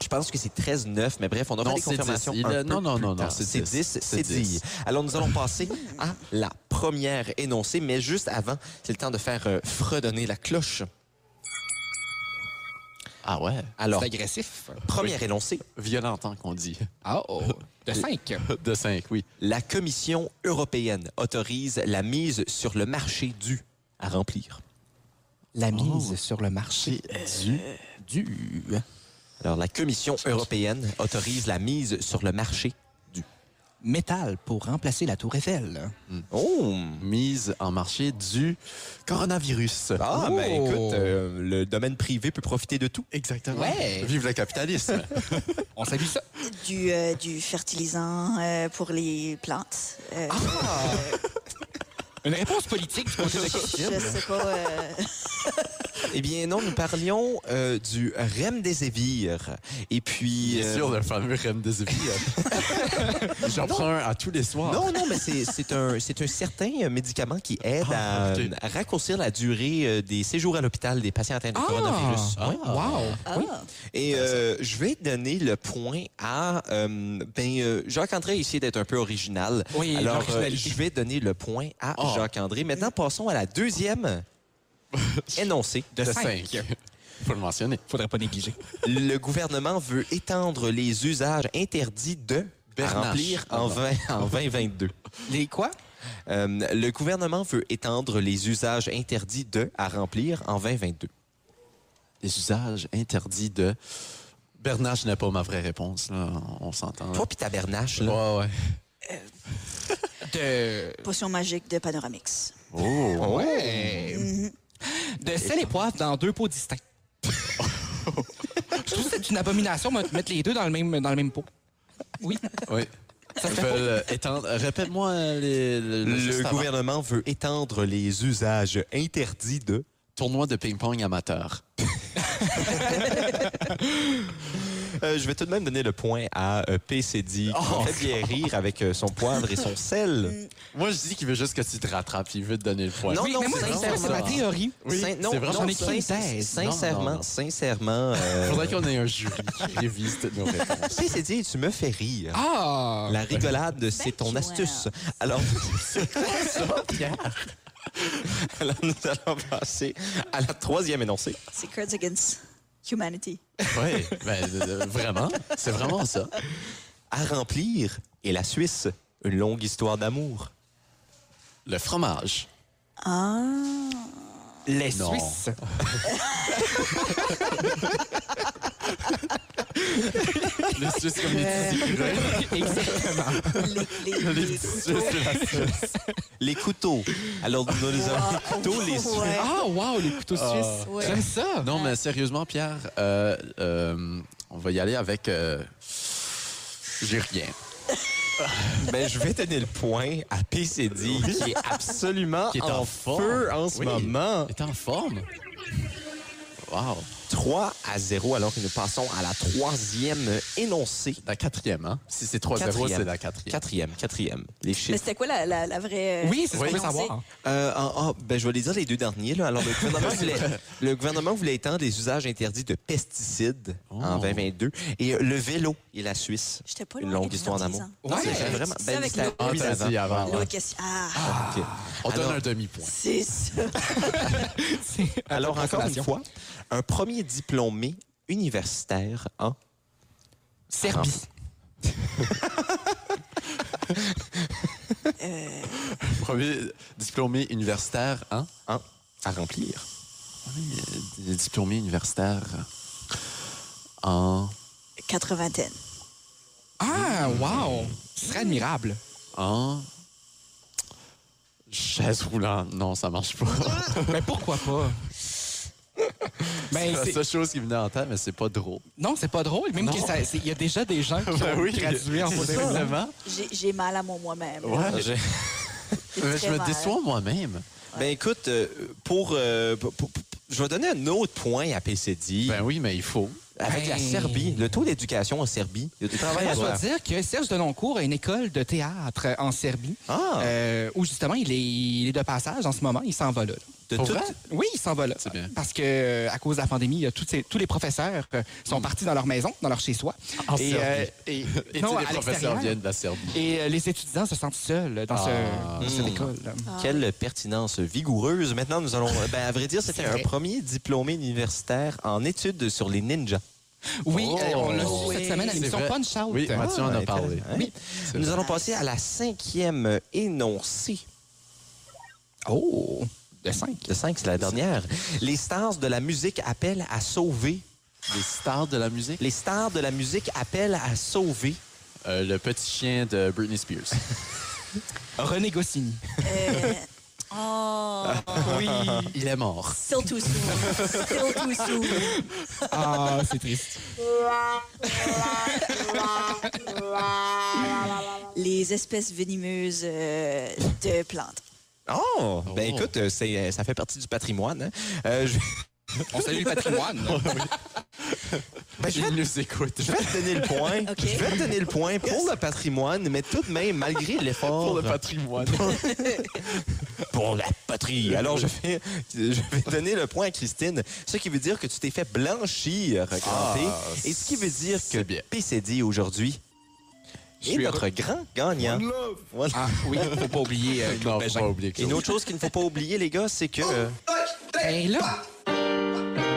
S1: Je pense que c'est 13-9, mais bref, on aura
S3: Non,
S1: des
S3: c'est
S1: confirmations.
S3: 10. Il
S1: un
S3: est-
S1: peu
S3: non, non,
S1: plus
S3: non, non,
S1: tard.
S3: c'est
S1: c'est
S3: 10,
S1: 10, c'est
S3: c'est
S1: 10.
S3: 10.
S1: Alors, nous
S3: *laughs*
S1: allons passer à la première énoncée, mais juste avant, c'est le temps de faire euh, fredonner la cloche.
S3: Ah ouais?
S1: Alors,
S2: C'est agressif.
S1: première énoncée,
S3: Violentant qu'on dit.
S2: Ah, oh, de 5.
S3: *laughs* De 5, oui.
S1: la Commission européenne autorise la mise sur le marché du à remplir.
S3: Oh.
S2: La mise sur le marché
S3: Du.
S2: du...
S1: Alors, la Commission européenne autorise la mise sur le marché du.
S2: Métal pour remplacer la tour Eiffel.
S1: Oh!
S3: Mise en marché du coronavirus.
S1: Ah,
S2: Oh.
S1: ben écoute, euh, le domaine privé peut profiter de tout.
S3: Exactement.
S2: Ouais.
S3: Vive le capitalisme.
S2: On salue ça.
S4: du, euh, du fertilisant euh, pour les plantes. Euh,
S3: Ah,
S2: Une réponse politique du côté de
S3: *laughs*
S2: Christine.
S4: Je sais pas. euh,
S1: Eh bien non, nous parlions euh, du Remdesivir. Et puis...
S3: Bien
S1: euh,
S3: sûr, le fameux Remdesivir. J'en prends un à tous les soirs.
S1: Non, non, mais c'est c'est un, c'est un certain euh, médicament qui aide
S3: Ah,
S1: à,
S3: ok.
S1: euh, à raccourcir la durée euh, des séjours à l'hôpital des patients atteints de coronavirus.
S2: Ah,
S1: Oui.
S2: Wow. Oui.
S1: Et euh, je vais donner le point à... euh, ben, euh, Jacques-André a essayé d'être un peu original.
S2: Oui,
S1: Alors, euh,
S2: l'originalité.
S1: je vais donner le point à
S3: Oh.
S1: Jacques-André. Maintenant, passons à la
S3: *laughs*
S1: deuxième énoncée.
S2: De
S3: De
S2: 5.
S3: 5. Faut le mentionner.
S2: Faudrait pas négliger.
S1: Le gouvernement veut étendre les usages interdits de
S3: Bernache.
S1: à remplir en, 20, en 2022.
S2: Les quoi?
S1: Euh, le gouvernement veut étendre les usages interdits de à remplir en 2022.
S3: Les usages interdits de. Bernage n'est pas ma vraie réponse, là. On s'entend.
S1: Toi puis ta bernache, là.
S3: Ouais, ouais.
S2: De...
S4: potion magique de Panoramix.
S3: Oh!
S2: Ouais. De sel et poivre dans deux pots distincts. Je trouve que c'est une abomination de mettre les deux dans le même, dans le même pot. Oui.
S3: Oui. Ils veulent euh, étendre. Répète-moi euh, les- le, le- juste
S1: Le
S3: avant.
S1: gouvernement veut étendre les usages interdits de...
S3: Tournoi de ping-pong amateur.
S1: Euh, je vais tout de même donner le point à euh, PCD, qui m'a fait bien rire avec euh, son poivre et son sel.
S3: Moi, je dis qu'il veut juste que tu te rattrapes. Il veut te donner le point.
S1: Non,
S2: oui, mais moi,
S1: c'est
S2: c'est
S1: vraiment
S2: ça, c'est ma
S3: ça.
S2: théorie.
S3: Oui,
S1: Sin- non,
S3: c'est vraiment
S1: non,
S2: ça.
S1: sin- sincèrement,
S3: Non, non,
S1: *laughs*
S3: non.
S1: sincèrement...
S3: Il
S1: euh,
S3: faudrait qu'on ait un jury qui révise toutes nos réponses.
S1: PCD, tu me fais rire.
S2: Ah!
S1: La rigolade, c'est
S4: Thank
S1: ton
S4: you,
S1: astuce. *laughs* Alors, c'est quoi ça, Pierre? Alors, nous allons passer à la troisième énoncée.
S4: C'est Cards Against Humanity.
S3: *laughs* Oui, ben, euh, vraiment. C'est vraiment ça.
S1: À remplir et la Suisse, une longue histoire d'amour.
S3: Le fromage.
S4: Ah.
S2: Les
S3: Non.
S2: Suisses.
S3: Le Suisse comme les
S1: Euh,
S3: petits grains.
S2: Exactement.
S4: Les, les-
S3: Les
S4: les-
S3: petits Suisses de la Suisse.
S1: Les couteaux. Alors, nous *laughs* les avons les couteaux, les Suisses.
S4: Ouais.
S2: Ah, wow, les couteaux suisses.
S4: Ouais.
S2: J'aime ça.
S3: Non, mais sérieusement, Pierre, euh, euh, on va y aller avec. euh, J'ai rien.
S1: Ben, je vais donner le point à PCD, qui est absolument
S3: Qui est
S1: en,
S3: en forme.
S1: feu en ce
S3: Oui.
S1: moment.
S3: T'es en forme? Wow.
S1: 3 à 0, alors que nous passons à la troisième énoncée.
S3: La quatrième, hein? Si c'est 3-0,
S1: Euh, Quatrième.
S3: c'est la quatrième.
S1: Quatrième, quatrième. Les chiffres.
S4: Mais c'était quoi la, la, la vraie. euh,
S2: Oui, c'est ce
S4: Oui.
S2: qu'on veut savoir.
S1: Euh, ah, ah, ben, je vais les dire les deux derniers. là. Alors, le
S3: *laughs*
S1: gouvernement, voulait, le gouvernement voulait étendre les usages interdits de pesticides
S3: Oh.
S1: en 2022 et euh, le vélo et la Suisse.
S4: J'étais pas
S1: Une
S4: loin
S1: longue
S4: avec
S1: histoire
S4: les
S1: d'amour.
S4: artisans.
S1: Non, c'est
S2: Ouais.
S1: vraiment.
S4: C'est
S1: Ben,
S4: avec
S1: c'était
S4: l'eau.
S1: à
S3: Ah,
S1: lui
S3: t'as
S1: avant.
S3: dit avant. ouais.
S4: L'autre question. Ah,
S1: OK.
S3: On
S1: Alors-
S3: donne un demi-point.
S4: c'est ça.
S1: Alors, encore une
S2: Consolation.
S1: fois, un premier diplômé universitaire en
S2: Serbie.
S3: Premier diplômé universitaire, hein?
S1: en- à remplir.
S3: Il est diplômé universitaire en.
S4: Quatre-vingtaine.
S2: Ah, wow! Ce serait admirable.
S3: en. chaise roulante. Non, ça marche pas.
S2: Mais pourquoi pas? Ben,
S3: c'est la
S2: c'est-
S3: seule chose qui me venait en tête, mais c'est pas drôle.
S2: non, c'est pas drôle. Même que ça- c'est- il y a déjà des gens qui
S3: Ben
S2: ont
S3: oui,
S2: gradué en
S3: c'est
S2: fauteuil
S3: ça.
S2: roulant.
S3: Vraiment?
S4: J'ai j'ai mal à mon moi-même. là.
S3: Ouais.
S1: J'ai-
S4: J'ai
S3: Mais
S4: très
S3: je me
S4: mal.
S3: déçois moi-même.
S1: Ben écoute, euh, pour, euh, pour- pour- pour- je vais donner un autre point à PCD.
S3: Ben oui, mais il faut.
S1: avec la
S2: Ben.
S1: Serbie, le taux d'éducation en Serbie, le travail
S2: Moi,
S1: à
S2: je
S1: faire.
S2: dois dire que Serge Deloncourt a une école de théâtre euh, en Serbie,
S1: Ah.
S2: euh, où justement il est, il est de passage en ce moment, il s'en va là. là.
S1: De
S3: Pour
S1: tout-
S3: vrai?
S2: Oui, il s'en va là.
S3: C'est bien.
S2: Parce que euh, à cause de la pandémie, il y a toutes ces- tous les professeurs euh, sont partis dans leur maison, dans leur chez-soi.
S3: Hmm. En
S2: et,
S3: Serbie.
S2: euh, et-
S3: *laughs* Et
S2: non,
S3: tous les
S2: à
S3: professeurs
S2: l'extérieur.
S3: viennent de Ah. Hmm. la Serbie.
S2: Et euh, les étudiants se sentent seuls dans, ce- dans cette école. là.
S1: Quelle pertinence vigoureuse. Maintenant, nous allons. Ben, à vrai dire, c'était
S2: C'est
S1: un
S2: vrai.
S1: premier diplômé universitaire en études sur les ninjas.
S2: Oui, euh, on l'a
S3: Oh,
S2: su cette semaine à
S3: c'est
S2: l'émission
S3: vrai.
S2: Punch Out.
S3: Oui, Mathieu en
S1: Ah,
S3: a parlé.
S1: intéressant. Oui. Nous allons passer à la cinquième euh, énoncée.
S2: Oh, de 5.
S3: *laughs*
S1: Le 5, c'est la dernière. Les stars de la musique appellent à sauver.
S3: Les stars de la musique.
S1: Les stars de la musique appellent à sauver.
S3: Euh, le petit chien de
S2: *laughs*
S3: Britney Spears.
S2: René Goscinny.
S4: Euh, oh,
S3: oui. Il est mort.
S4: still too soon. Still too soon.
S2: Ah, c'est triste.
S4: Les espèces venimeuses euh, de plantes.
S1: Oh! Ben
S3: Oh.
S1: écoute, euh, c'est, euh, ça fait partie du patrimoine. hein. Euh, je,
S2: On salue le
S3: *laughs*
S2: patrimoine. là.
S3: *laughs*
S1: *laughs*
S3: Il nous écoute.
S1: je ben, vais te donner le point.
S4: OK.
S1: Je vais te donner le point pour le patrimoine, mais tout de même, *laughs* malgré l'effort.
S3: *laughs* Pour le patrimoine.
S1: pour la patrie. *laughs* Alors, je vais, je vais donner le point à Christine. Ce qui veut dire que tu t'es fait blanchir, grand P. Et ce qui veut dire que
S3: c'est bien.
S1: PCD aujourd'hui est
S3: suis
S1: notre grand gagnant. Voilà.
S2: Ah *laughs* oui, faut pas oublier
S3: *laughs*
S2: euh, Claude
S3: Non, faut
S2: Bégin.
S3: pas oublier
S1: Et une autre chose qu'il ne faut pas oublier, les gars, c'est que euh,
S2: Hey, là,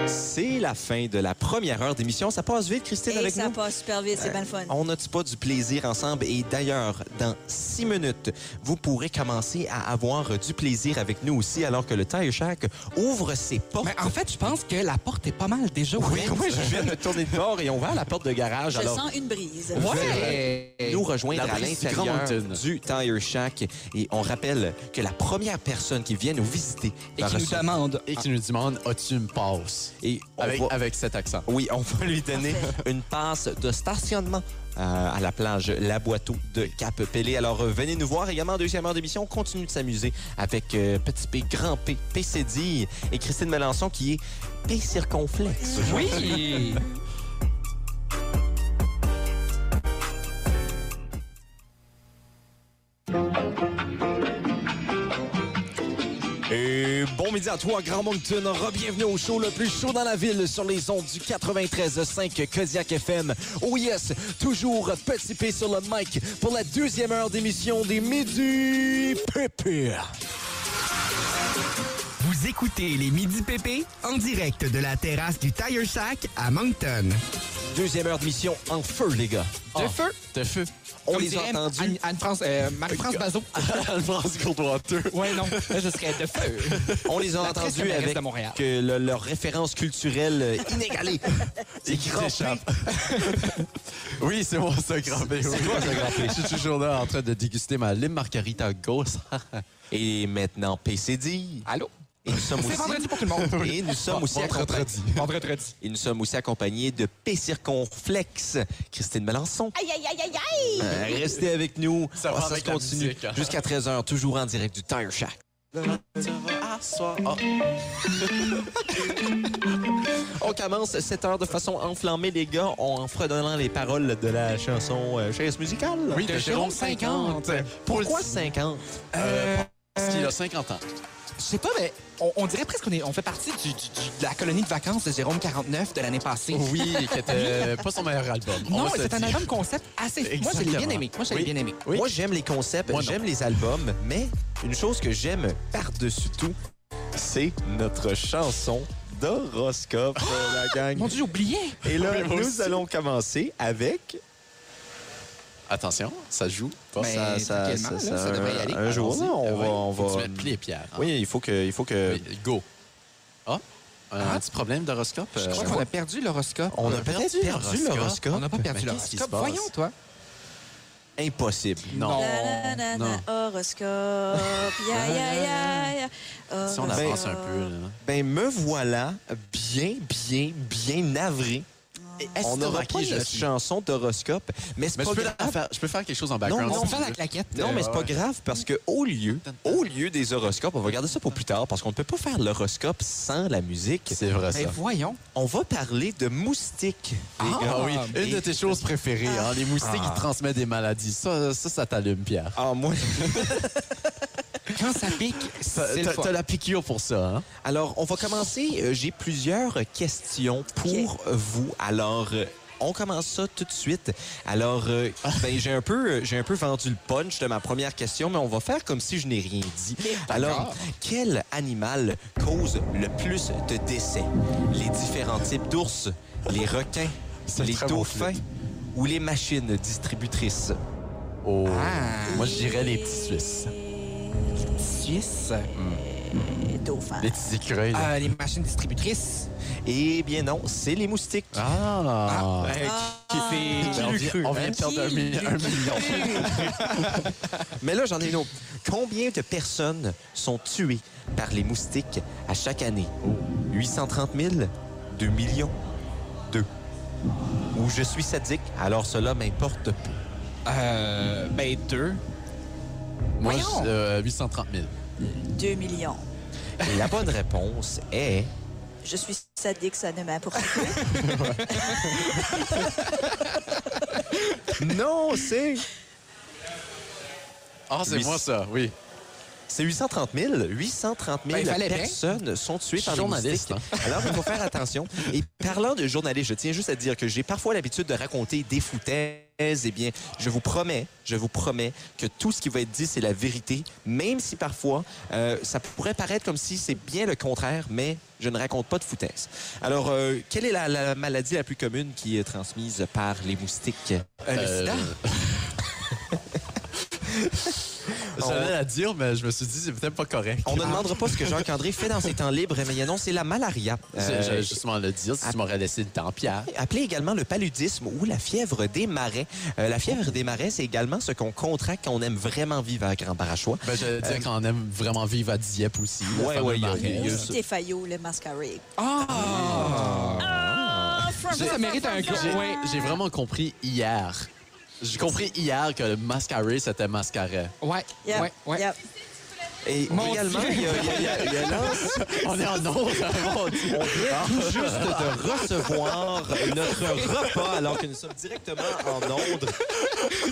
S1: c'est la fin de la première heure d'émission. Ça passe vite, Christine,
S4: Et
S1: avec
S4: ça
S1: nous.
S4: passe super vite, c'est bien le fun.
S1: On n'a-tu pas du plaisir ensemble? Et d'ailleurs, dans six minutes, vous pourrez commencer à avoir du plaisir avec nous aussi, alors que le Tire Shack ouvre ses portes.
S2: Mais en fait, je pense que la porte est pas mal déjà ouverte.
S1: ah, Moi, je viens de me tourner de bord et on va à la porte de garage.
S4: Je
S1: Alors,
S4: sens une brise.
S2: Ouais.
S1: nous rejoindre
S3: La
S1: à
S3: brise du Grand
S1: l'intérieur
S3: Mountain.
S1: du Tire Shack. Et on rappelle que la première personne qui vient nous visiter
S2: Et
S1: va
S2: qui nous
S1: recevoir-
S2: demande.
S3: Et qui nous demande As-tu une passe
S1: Et on
S3: avec,
S1: va-
S3: avec cet accent.
S1: Oui, on va lui donner une passe de stationnement euh, à la plage La Boiteau de Cap-Pelé. Alors, euh, venez nous voir également en deuxième heure d'émission. On continue de s'amuser avec euh, Petit P, Grand P, PCD et Christine Melançon qui est P circonflexe.
S2: Oui.
S1: Et bon midi à toi, Grand Moncton. Re-bienvenue au show le plus chaud dans la ville sur les ondes du 93.5 Kodiak FM. Oh yes, toujours petit P sur le mic pour la deuxième heure d'émission des Midi Pépé.
S10: Vous écoutez les Midi PP en direct de la terrasse du Tire Shack à Moncton.
S1: Deuxième heure d'émission en feu, les gars.
S2: De feu.
S3: De feu.
S1: On
S2: Ah. Comme
S1: les a
S2: dirait
S1: entendus.
S2: Anne- Anne-France, euh, Marie-France
S1: *laughs*
S2: Bazot.
S3: France Courtoiteux.
S2: Ouais, non, là, je serais de feu.
S1: On les a
S2: La triste
S1: entendus
S2: mairesse
S1: avec
S2: de Montréal.
S1: que le- leur référence culturelle
S7: *laughs*
S1: euh, inégalée.
S3: Et qui s'échappe. oui, c'est moi, ça, Grand P. oui. Je suis toujours là en train de déguster ma lime
S2: *laughs*
S3: margarita ghost.
S1: Et maintenant, PCD.
S2: Allô?
S1: Et nous sommes
S2: C'est
S1: aussi...
S2: vendredi pour tout le
S1: *laughs*
S2: monde.
S1: Et nous sommes aussi accompagnés...
S3: Vendredi.
S2: Vendredi.
S1: Et nous sommes aussi accompagnés de P Circonflexe, Christine Melançon.
S7: Aïe, aïe, aïe, aïe, aïe!
S1: Euh, restez avec nous.
S3: Ça va
S1: se
S3: avec la
S1: continue
S3: musique, hein.
S1: jusqu'à 13h, toujours en direct du Tire Shack. On commence cette heure de façon enflammée, les gars, en fredonnant les paroles de la chanson euh, chaise musicale.
S3: Oui, de Jérôme
S2: 50.
S3: 50.
S1: Pourquoi 50?
S2: Euh,
S3: Parce qu'il a 50 ans.
S2: Je sais pas, mais on, on dirait presque qu'on est, on fait partie du- du- du- de la colonie de vacances de Jérôme 49 de l'année passée.
S1: Oh,
S3: Oui, *laughs* qui était pas son meilleur album.
S2: Non,
S3: On va se
S2: c'est un
S3: dire.
S2: album concept assez. Moi, je l'ai bien
S3: Exactement.
S2: aimé. Moi, je l'ai
S3: Oui.
S2: bien aimé.
S3: Oui.
S1: Moi, j'aime les concepts,
S3: Moi non.
S1: j'aime les albums, mais une chose que j'aime par-dessus tout, c'est notre chanson d'horoscope,
S3: Ah!
S1: euh, la gang.
S2: Mon Dieu, oublié!
S1: Et là,
S3: Oui, moi
S1: nous
S3: aussi.
S1: allons commencer avec
S3: Attention, ça joue. Pas
S2: Mais
S3: Eh, ça,
S2: tranquillement, là, ça devrait y aller.
S1: un jour.
S3: Allons-y.
S1: là, on
S3: Ah
S1: va,
S3: oui,
S1: on
S3: faut que
S1: va.
S3: Tu mets plié, Pierre. hein.
S1: Oui, il faut que, il faut que.
S3: Mais Go. Ah, un petit problème d'horoscope. euh,
S2: Je crois qu'on a perdu l'horoscope.
S1: On
S3: On
S1: a
S3: a
S1: peut-être
S3: perdu
S1: perdu
S3: l'horoscope.
S1: l'horoscope.
S2: On n'a pas perdu
S3: Mais qu'est-ce qui se
S2: l'horoscope.
S3: passe?
S2: Voyons, toi.
S1: Impossible.
S3: Non.
S4: La, la, la, la,
S3: Oh, non.
S4: horoscope.
S3: *laughs*
S4: Ya, ya, ya, ya.
S3: Si on
S1: Ben-
S3: avance un
S4: horoscope.
S3: peu, là.
S1: Ben me voilà bien, bien, bien navré. On n'aura pas
S3: Estomaqué, je
S1: une
S3: suis.
S1: chanson d'horoscope, mais c'est
S3: Mais je
S1: pas
S3: peux,
S1: grave.
S3: la faire, je peux faire quelque chose en
S1: Non,
S3: background.
S1: non,
S2: On
S3: si
S2: fait
S3: tu
S2: la
S3: veux.
S2: claquette.
S1: Non, mais c'est pas grave parce que au lieu, au lieu des horoscopes, on va garder ça pour plus tard parce qu'on ne peut pas faire l'horoscope sans la musique. Ben,
S3: C'est vrai,
S2: Mais
S3: ça.
S2: voyons.
S1: On va parler de moustiques. les gars.
S3: Ah oui, une de tes choses préférées, hein, les moustiques qui transmettent des maladies. Ça, ça, ça t'allume, Pierre.
S1: Ah, moi.
S2: Quand ça pique,
S3: T'as
S2: c'est le
S3: t'as-
S2: fun.
S3: t'as la piqûre pour ça, hein?
S1: Alors, on va commencer. Euh, J'ai plusieurs questions pour vous. Alors. euh, on commence ça tout de suite. Alors, euh,
S3: Ah.
S1: ben, j'ai un peu, euh, j'ai un peu vendu le punch de ma première question, mais on va faire comme si je n'ai rien dit. Alors, quel animal cause le plus de décès Les différents types d'ours, les requins,
S3: C'est
S1: les
S3: très bon
S1: dauphins ou les machines distributrices
S3: Oh.
S2: Ah.
S3: Moi, je dirais les petits Suisses.
S2: Suisse.
S4: Dauphin.
S3: Les petits écureuils. là.
S2: Euh, les machines distributrices.
S1: Eh bien non, c'est les moustiques.
S2: Euh,
S3: Ah!
S1: Ben, qui- qui fait-
S3: Ben, on, vient, on vient de perdre un, mi- un million.
S1: Mais là, j'en ai une autre. Combien de personnes sont tuées par les moustiques à chaque année? 830 000? 2 millions? 2. Ou je suis sadique, alors cela m'importe peu.
S2: Euh, ben, deux.
S3: Moi,
S2: Voyons.
S3: je- euh, 830 000.
S4: 2 millions.
S1: Et la bonne réponse est...
S4: Je suis sadique, ça ne m'importe
S3: *laughs*
S1: Non, c'est...
S3: Ah, c'est
S1: Huit-
S3: moi, ça, oui.
S1: C'est 830 000. 830 000
S2: Ben, il fallait bien. hein.
S1: personnes sont tuées
S3: Je suis
S1: par les
S3: journaliste,
S1: moustiques. Alors, il faut faire attention. Et parlant de journaliste, je tiens juste à dire que j'ai parfois l'habitude de raconter des foutaises. Eh bien, je vous promets, je vous promets que tout ce qui va être dit, c'est la vérité, même si parfois, euh, ça pourrait paraître comme si c'est bien le contraire, mais je ne raconte pas de foutaises. Alors, euh, quelle est la, la maladie la plus commune qui est transmise par les moustiques?
S2: Euh, le sida.
S3: J'allais la dire, mais je me suis dit, c'est peut-être pas correct.
S1: On ne demandera pas ce que Jacques-André fait dans ses temps libres, mais il annonce c'est la malaria.
S3: *laughs* Je-
S1: Euh,
S3: J'allais justement le dire si tu m'aurais laissé le
S1: *laughs*
S3: temps, Pierre.
S1: appelé également le paludisme ou la fièvre des marais. Euh, la fièvre des marais, c'est également ce qu'on contracte quand on aime vraiment vivre à Grand Parachois.
S3: Ben, j'allais dire qu'on aime vraiment vivre à Dieppe aussi. le
S1: Ouais,
S3: fameux
S1: ouais, il y a-
S3: marais.
S1: il y a-
S4: peu. C'était Fayot, le masquerade.
S2: Ça, ça mérite un gros.
S3: J'ai-
S2: Ouais.
S3: J'ai vraiment compris hier. J'ai compris hier que le mascaré,
S1: *laughs*
S3: c'était mascaret.
S2: Ouais.
S4: Yep,
S2: Ouais. Ouais.
S4: yep.
S1: Et
S2: Mon
S1: également,
S2: Dieu!
S1: il y a, il y a- il y a- il y a Lance.
S3: On est en onde, mon Dieu.
S1: On
S2: *laughs*
S1: vient tout juste de recevoir notre repas alors que nous sommes directement en ondes.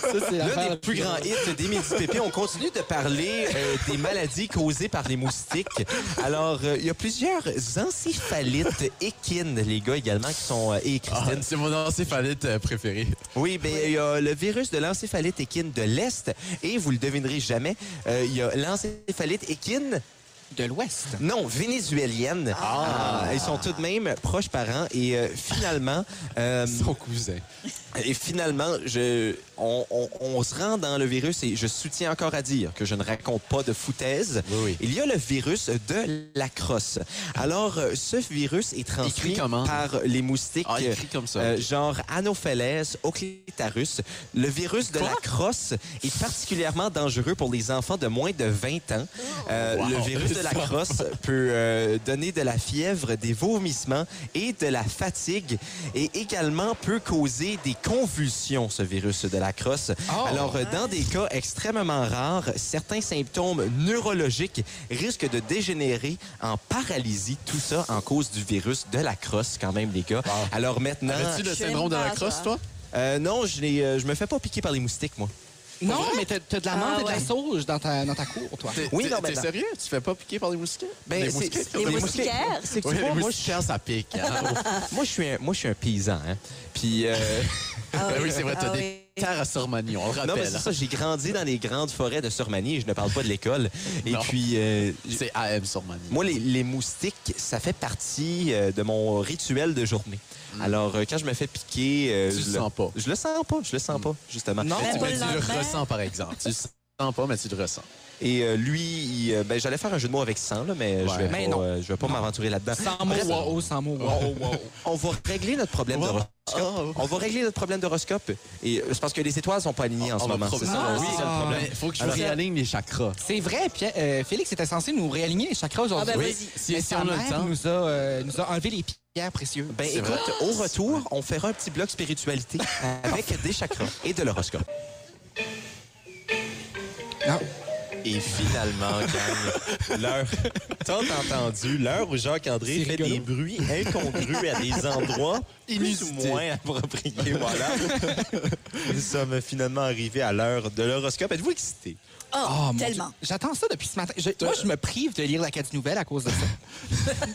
S2: Ça, c'est
S1: L'un
S2: l'affaire
S1: des
S2: la
S1: plus grands hits des Midi Pépé. On continue de parler euh, des maladies causées par les moustiques. Alors, euh, il y a plusieurs encéphalites équines, les gars, également, qui sont... euh, et
S3: Ah,
S1: Christine,
S3: C'est mon encéphalite euh, préféré.
S1: Oui, ben il y a le virus de l'encéphalite équine de l'Est et vous le devinerez jamais, euh, il y a l'encéphalite équine,
S2: De l'Ouest.
S1: non, vénézuélienne. Ah, ils sont tout de même proches parents et euh, finalement, euh,
S3: Son cousin.
S1: et finalement, je, on, on- on se rend dans le virus et je soutiens encore à dire que je ne raconte pas de foutaises.
S3: Oui, oui.
S1: Il y a le virus de la crosse. Alors, euh, ce virus est transmis
S3: comment?
S1: par les moustiques.
S3: Ah, il crie comme ça.
S1: Euh, genre Anopheles, Oclitarus. Le virus de la crosse est particulièrement dangereux pour les enfants de moins de 20 ans. Euh,
S3: Wow.
S1: Le virus de la crosse peut euh, donner de la fièvre, des vomissements et de la fatigue et également peut causer des convulsions, ce virus de la crosse.
S2: Oh.
S1: Alors, euh, dans des cas extrêmement rares, certains symptômes neurologiques risquent de dégénérer en paralysie, tout ça en cause du virus de la crosse quand même, les gars. Alors maintenant...
S3: Avais-tu le
S4: j'aime
S3: syndrome de
S4: pas
S3: la crosse,
S4: ça.
S3: toi?
S1: Euh, non, je, n'ai- euh, je me fais pas piquer par les moustiques, moi.
S2: Non, mais t'as t'as de la menthe
S4: Ah,
S2: et de la
S4: ouais.
S2: sauge dans ta, dans ta cour, toi.
S3: T'es-
S1: Oui,
S3: t'es-
S1: non, mais
S3: T'es
S1: non.
S3: sérieux? Tu fais pas piquer par les moustiques?
S1: Ben,
S3: les
S1: c'est-
S3: moustiques?
S1: c'est- les
S4: moustiquaires.
S1: C'est que tu
S3: Oui,
S1: vois,
S3: les
S1: moi, je suis
S3: moustiquaires, ça pique. hein.
S2: Ah. *laughs*
S1: Moi, je suis un, moi, je suis un paysan. Hein? Puis, euh,
S4: Ah
S3: *laughs* Ben oui, c'est vrai, t'as
S4: ah
S3: des terre à Sormanie, on le rappelle.
S1: Non, mais c'est ça, j'ai grandi dans les grandes forêts de Sormanie et je ne parle pas de l'école. Et
S3: Non.
S1: puis, euh,
S3: C'est AM Sormanie.
S1: moi, les, les moustiques, ça fait partie euh, de mon rituel de journée.
S2: Hmm.
S1: Alors, euh, quand je me fais piquer. euh,
S3: Tu le
S1: je
S3: sens pas.
S1: Je le sens pas, je le sens pas, justement.
S2: Hmm. Non.
S3: Mais tu,
S4: pas
S3: mais
S4: le
S3: tu le
S4: lendemain.
S3: ressens, par exemple. Tu le sens pas, mais tu le ressens.
S1: Et euh, lui, il, euh, ben, j'allais faire un jeu de mots avec sang, là, mais je
S3: Ouais.
S1: vais
S2: Mais
S1: pas,
S2: non.
S1: euh, je vais pas m'aventurer là-dedans.
S2: Sans mots,
S1: Bref,
S2: wow, sans mots, oh. wow.
S1: on va régler notre problème
S3: Ouais.
S1: d'horoscope.
S3: Oh.
S1: On va régler notre problème d'horoscope. Et euh, c'est parce que les étoiles sont pas alignées en ce
S3: On va
S1: moment.
S3: prob-
S1: c'est ça,
S3: Ah,
S1: le-
S3: oui,
S1: c'est ça le problème.
S3: mais faut que je
S1: Alors-
S3: réaligne les chakras.
S2: C'est vrai, puis, euh, Félix était censé nous réaligner les chakras aujourd'hui.
S4: Ah ben,
S2: Mais
S4: vas-y.
S3: Si, si
S2: sa
S3: on a
S2: mère
S3: le temps.
S2: Nous, a, euh, nous a enlevé les pierres précieuses.
S1: Ben
S3: C'est
S1: écoute,
S3: vrai.
S1: au retour, on fera un petit bloc spiritualité avec des chakras et de l'horoscope.
S2: Non.
S1: Et *laughs* finalement, gang, l'heure. T'as entendu l'heure où Jacques-André fait des bruits incongrus à *laughs* des endroits plus ou
S3: Inusités.
S1: moins appropriés. Voilà. Nous sommes finalement arrivés à l'heure de l'horoscope. Êtes-vous excité?
S4: Oh,
S2: Ah, mon
S4: tellement.
S2: Dieu. J'attends ça depuis ce matin. Je- moi, je me prive de lire la carte nouvelle à cause de ça.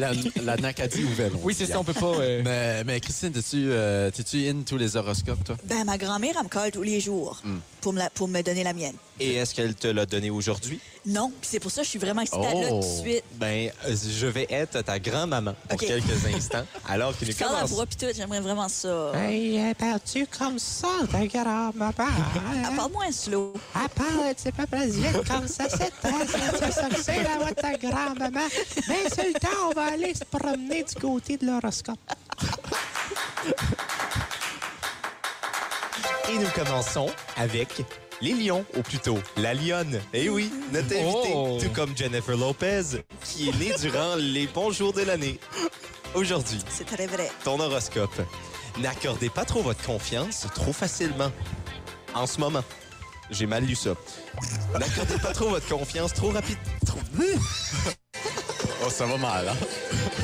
S3: La, la Nacadie ou Vélon.
S2: Oui, c'est ça, on peut pas. euh, *laughs*
S3: Mais, mais Christine, t'es-tu euh, t'es-tu in tous les horoscopes, toi?
S4: Ben, ma grand-mère, elle me colle tous les jours
S3: Hmm.
S4: pour, me la- pour me donner la mienne.
S1: Et est-ce qu'elle te l'a donné aujourd'hui?
S4: Non, puis c'est pour ça que je suis vraiment excitée à là tout
S3: Oh.
S4: de suite.
S1: Ben, euh, je vais être ta grand-maman pour *laughs*
S4: Ok.
S1: quelques instants, alors que nous
S4: Faire la
S1: commençons.
S4: voix puis tout, j'aimerais vraiment ça.
S3: Hein?
S10: Hey, elle parle-tu comme ça, ta grand-maman?
S4: Ah, Parle-moi un slow.
S10: Elle parle, c'est pas brésilienne comme ça, c'est très c'est c'est la voix de ta grand-maman. Mais c'est le temps, on va aller se promener du côté de l'horoscope.
S1: Et nous commençons avec les lions, ou plutôt la lionne. Eh oui, notre invité,
S2: Oh.
S1: tout comme Jennifer Lopez, qui est née durant les bons jours de l'année. Aujourd'hui,
S4: C'est très vrai.
S1: ton horoscope. N'accordez pas trop votre confiance trop facilement. En ce moment. J'ai mal lu ça. N'accordez pas trop votre confiance trop rapide. trop-
S3: Oh, ça va mal, hein?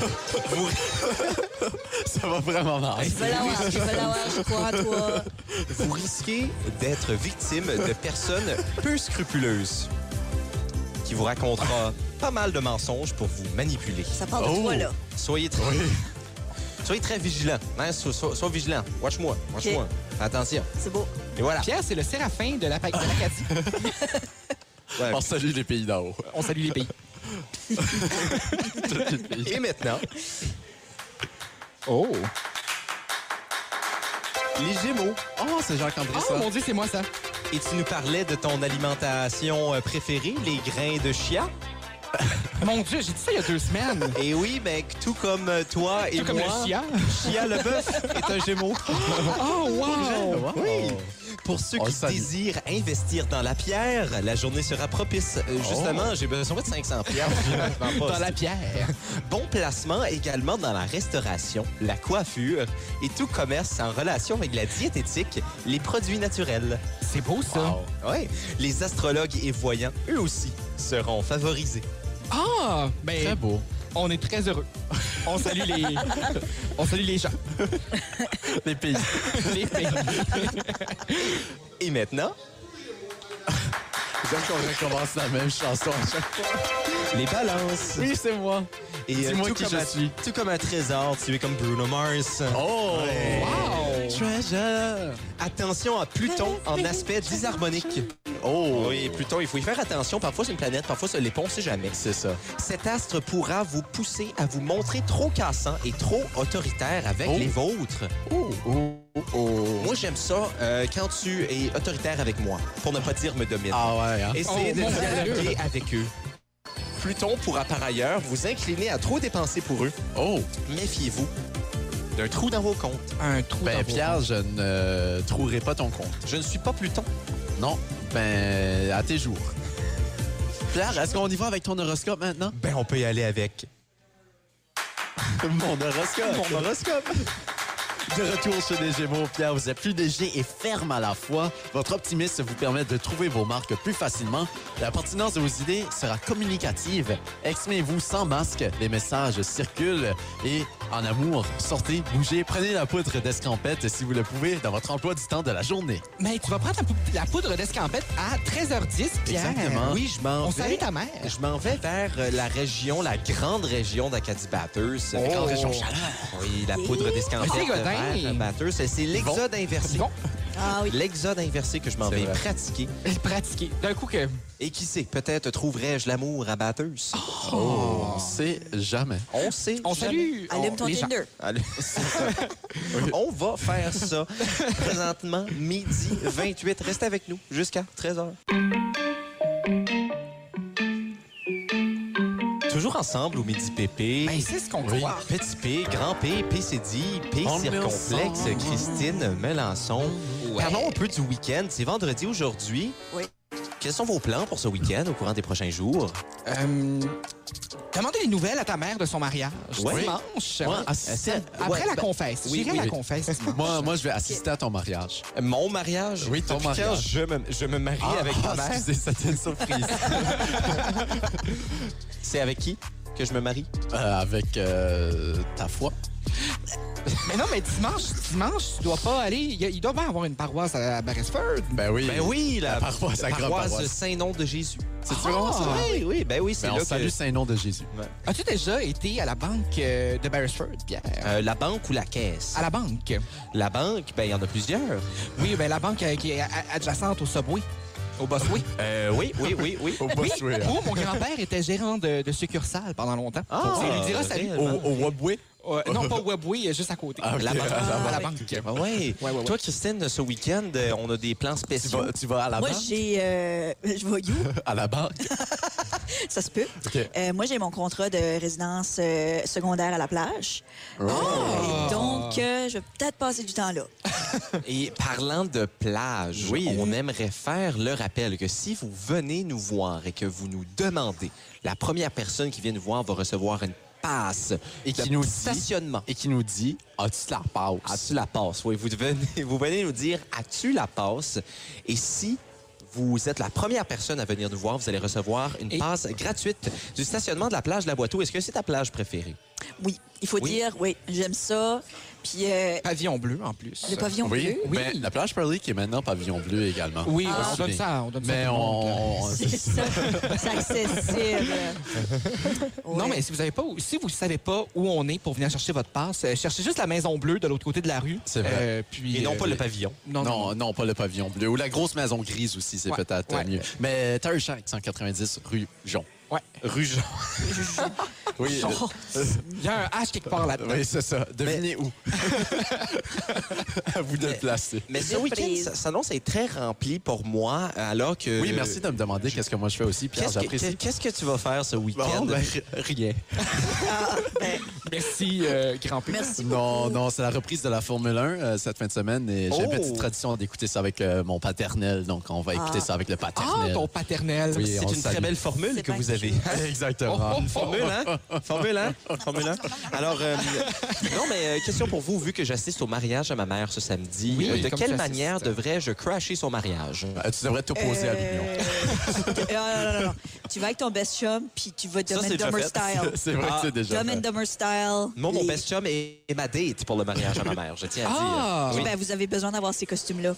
S3: *laughs* ça va vraiment mal.
S4: Tu vas l'avoir, tu vas l'avoir, je crois en toi.
S1: Vous risquez d'être victime de personnes peu scrupuleuses qui vous racontera pas mal de mensonges pour vous manipuler.
S4: Ça parle de
S3: Oh.
S4: toi, là.
S1: Soyez très, soyez très vigilant. Hein? So- so- sois vigilant. Watch-moi. Watch-moi. Attention.
S4: C'est beau.
S1: Et voilà.
S2: Pierre, c'est le séraphin de la de l'Acadie.
S1: Ouais.
S3: On salue les pays d'en haut.
S2: On salue les pays.
S3: Tous les pays.
S1: Et maintenant,
S2: Oh!
S1: les Gémeaux.
S3: Oh, c'est Jacques-André,
S2: Oh
S3: ça.
S2: mon Dieu, c'est moi ça.
S1: Et tu nous parlais de ton alimentation euh, préférée, les grains de chia.
S2: Mon Dieu, j'ai dit ça il y a deux semaines.
S1: Et Eh oui, mec, tout comme euh, toi et
S2: Tout comme
S1: moi,
S2: le chien.
S1: Chia le bœuf est un Gémeaux.
S2: Oh, wow!
S3: Wow.
S1: Oui. Pour *laughs* ceux
S3: On
S1: qui
S3: le salue.
S1: désirent investir dans la pierre, la journée sera propice. Euh, Justement, j'ai besoin de 500 pierres. *laughs*
S2: Dans la pierre.
S1: Bon placement également dans la restauration, la coiffure et tout commerce en relation avec la diététique, les produits naturels. Oh,
S2: C'est beau ça.
S3: Wow.
S1: Ouais, les astrologues et voyants, eux aussi, seront favorisés.
S2: Ah! Ben,
S3: Très beau.
S2: on est très heureux. On salue les, on salue les gens,
S3: Les pays.
S2: les pays.
S1: Et maintenant,
S3: J'aime qu'on recommence la même chanson à chaque fois.
S1: les balances.
S3: Oui, c'est moi.
S1: Et euh,
S3: Dis-moi
S1: tout,
S3: qui
S1: comme
S3: je
S1: un,
S3: suis.
S1: tout comme un trésor, tu es comme Bruno Mars.
S3: Oh!
S2: Wow!
S3: Treasure!
S1: Attention à Pluton en aspect disharmonique.
S3: Oh!
S1: Oui, Pluton, il faut y faire attention. Parfois, c'est une planète, parfois, c'est l'épon, on sait jamais.
S3: C'est ça.
S1: Cet astre pourra vous pousser à vous montrer trop cassant et trop autoritaire avec
S3: Oh.
S1: les vôtres.
S3: Oh! Oh! oh.
S1: Moi, j'aime ça euh, quand tu es autoritaire avec moi, pour ne pas dire me domine.
S3: Ah ouais, hein?
S1: Essayez
S2: Oh,
S1: de
S2: mon Dieu.
S1: dialoguer avec eux. Pluton pourra par ailleurs vous incliner à trop dépenser pour eux.
S3: Oh!
S1: Méfiez-vous d'un trou dans vos comptes.
S2: Un trou dans
S3: Ben,
S2: vos-
S3: Pierre, je ne euh, trouverai pas ton compte.
S1: Je ne suis pas Pluton.
S3: Non. Ben, à tes jours. Pierre, est-ce qu'on y va avec ton horoscope maintenant?
S1: Ben, on peut y aller avec
S3: *laughs* Mon horoscope!
S1: mon horoscope.
S3: De retour chez les Gémeaux, Pierre, vous êtes plus léger et ferme à la fois. Votre optimisme vous permet de trouver vos marques plus facilement. La pertinence de vos idées sera communicative. Exprimez-vous sans masque, les messages circulent et En amour, sortez, bougez, prenez la poudre d'escampette si vous le pouvez dans votre emploi du temps de la journée.
S2: Mais tu vas prendre ta pou- la poudre d'escampette à 13h10, Pierre.
S3: Exactement.
S2: Oui,
S1: Oui, je m'en
S2: on
S1: vais.
S2: salue ta mère.
S1: Je m'en vais vers euh, la région, la grande région d'Acadie Batters. La grande région chaleur. Oui, la poudre d'escampette.
S2: Mais c'est godin.
S1: vers Batters. C'est- C'est l'exode inversé.
S2: Bon,
S4: Ah oui.
S1: L'exode inversé que je m'en
S3: C'est
S1: vais
S3: vrai.
S1: pratiquer.
S2: pratiquer. D'un coup que...
S1: Et qui sait, peut-être trouverai-je l'amour à Batters.
S3: Oh, c'est jamais.
S1: On sait.
S2: On
S1: jamais.
S2: salue...
S3: Oh,
S2: on-
S4: Allume ton
S2: les gens.
S4: Tinder.
S1: *laughs* Allez, c'est ça. On va faire *laughs* ça. Présentement, midi 28. Restez avec nous jusqu'à 13h. Toujours ensemble au midi pépé.
S2: Ben, c'est ce qu'on
S3: Oui.
S2: croit.
S1: Petit P, grand P, P c'est dit, P
S3: On est
S1: circonflexe,
S3: ensemble.
S1: Christine Melançon. Parlons un peu du week-end. C'est vendredi aujourd'hui.
S4: Oui.
S1: Quels sont vos plans pour ce week-end au courant des prochains jours?
S2: Euh, Demandez les nouvelles à ta mère de son mariage
S1: Ouais.
S2: dimanche. Ah,
S3: Moi, à-
S2: Après
S1: ouais,
S2: la
S1: ben,
S2: confesse.
S1: oui, oui,
S2: J'irai à la
S1: oui.
S2: confesse dimanche.
S3: Moi, moi, je vais assister à ton mariage.
S1: Mon mariage?
S3: Oui, ton
S1: Depuis quand
S3: mariage.
S1: Je me, je me marie avec ma
S3: ah,
S1: mère.
S3: excusez, c'était une surprise.
S1: *laughs* C'est avec qui que je me marie?
S3: Euh, avec euh, ta foi.
S2: Mais non, mais dimanche, dimanche, tu dois pas aller... Il, y a- il doit bien avoir une paroisse à Beresford.
S3: Ben oui.
S1: Ben oui, la,
S3: La paroisse, la grande
S1: paroisse de
S3: paroisse.
S1: Saint-Nom de Jésus.
S3: C'est vraiment ça?
S1: Oui, oui, ben oui, c'est
S3: Ben,
S1: là
S3: on
S1: que...
S3: salue Saint-Nom de Jésus.
S2: As-tu déjà été à la banque euh, de Beresford, Pierre?
S1: Euh, la banque ou la caisse?
S2: À la banque.
S1: La banque, ben il y en a plusieurs.
S2: Oui, ben la banque euh, qui est a- adjacente au Subway. Au Busway.
S1: Euh, oui, oui, oui, oui.
S3: *laughs* Au
S2: Oui,
S3: Busway, hein.
S2: où mon grand-père était gérant de, de succursale pendant longtemps.
S1: Ah,
S2: Tu lui diras salut.
S1: réellement.
S3: Au, au Waboué.
S2: Euh, non,
S3: *laughs*
S2: pas au Webway, euh, juste à côté.
S3: Ah, ok.
S2: La banque.
S3: Ah,
S2: à la
S4: ouais.
S2: banque.
S1: Ah *laughs* ouais.
S2: Ouais, ouais, ouais.
S1: Toi, Christine, ce week-end, euh, on a des plans
S3: Tu
S1: spéciaux.
S3: vas, tu vas à la
S4: Moi,
S3: banque?
S4: j'ai. euh, *laughs* je vois You,
S3: À la banque?
S4: ça se peut.
S3: OK.
S4: Euh, moi, j'ai mon contrat de résidence euh, secondaire à la plage.
S3: Oh!
S4: Euh, et donc, euh, je vais peut-être passer du temps là.
S1: Et parlant de plage, on aimerait faire le rappel que si vous venez nous voir et que vous nous demandez, la première personne qui vient nous voir va recevoir une passe
S3: Et qui
S1: de
S3: nous dit-
S1: stationnement.
S3: Et qui nous dit, as-tu de la passe?
S1: As-tu la passe? Oui, vous venez, vous venez nous dire, as-tu la passe? Et si vous êtes la première personne à venir nous voir, vous allez recevoir une
S2: Et-
S1: passe gratuite du stationnement de la plage de la Boiteau. Est-ce que c'est ta plage préférée?
S4: Oui, il faut
S1: Oui.
S4: dire, oui, j'aime ça. Puis, euh,
S2: Pavillon bleu, en plus.
S4: le pavillon
S3: Oui,
S4: bleu.
S2: Oui.
S3: Ben, la plage Pearly qui est maintenant pavillon bleu également.
S2: Oui,
S3: Je me
S4: Ah.
S2: on donne
S3: souviens.
S2: ça, on donne ça à
S3: Mais
S2: tout le monde,
S3: on... on- *laughs*
S4: C'est ça, c'est accessible.
S2: Non,
S4: Ouais.
S2: mais si vous avez pas, si vous savez pas où on est pour venir chercher votre passe, euh, cherchez juste la maison bleue de l'autre côté de la rue.
S3: C'est vrai.
S2: Euh, puis,
S1: Et non pas
S2: euh,
S1: le pavillon.
S2: Non, non, non.
S3: non, pas le pavillon bleu. Ou la grosse maison grise aussi, c'est
S2: Ouais,
S3: peut-être
S2: ouais.
S3: mieux. Mais Terre 190 rue Jean.
S2: Ouais.
S3: Rue Jean. oui, euh,
S2: Il y a un H quelque part
S3: *laughs*
S2: là-dedans.
S3: oui c'est ça. Devinez *laughs* où. à vous de le placer.
S1: Mais ce
S4: Surprise.
S1: week-end, ça s'annonce être très rempli pour moi, alors que...
S3: Oui, merci de me demander qu'est-ce que moi je fais aussi, Pierre.
S1: Qu'est-ce que,
S3: J'apprécie.
S1: qu'est-ce que tu vas faire ce week-end?
S3: Bon, ben, rien.
S2: Merci, euh, Grand P.
S4: Oh, ben, Merci
S3: Non, non, c'est la reprise de la Formule 1 euh, cette fin de semaine et j'ai une
S1: Oh!
S3: petite tradition d'écouter ça avec euh, mon paternel, donc on va écouter
S4: Ah.
S3: ça avec le
S2: Ah,
S3: paternel.
S2: ton paternel.
S3: Oui,
S1: C'est
S3: on
S1: une
S3: le
S1: très
S3: salue. *laughs*
S1: belle formule
S4: C'est
S1: que
S4: pas
S1: vous
S4: quelque
S1: avez.
S3: Exactement.
S1: Une formule, hein? Formule, hein? Formule, hein? Alors, euh, non, mais euh, question pour vous, vu que j'assiste au mariage à ma mère ce samedi,
S2: Oui,
S1: euh, de
S2: comme
S1: quelle
S2: tu
S1: manière
S2: assistes.
S1: devrais-je crasher son mariage?
S3: Euh, tu devrais t'opposer
S4: *laughs*
S3: à l'union.
S4: Euh, non, non, non, non. Tu vas avec ton best chum, puis tu vas Dumb
S3: c'est
S4: and
S3: déjà
S4: Dumber
S3: fait.
S4: style.
S3: *laughs* C'est vrai que c'est déjà
S4: Dumb and
S3: fait.
S4: Dumber style.
S1: Moi, mon
S4: les-
S1: best chum est est ma date pour le mariage à ma mère, je tiens à dire.
S2: Ah!
S4: Ben, vous avez besoin d'avoir ces costumes-là.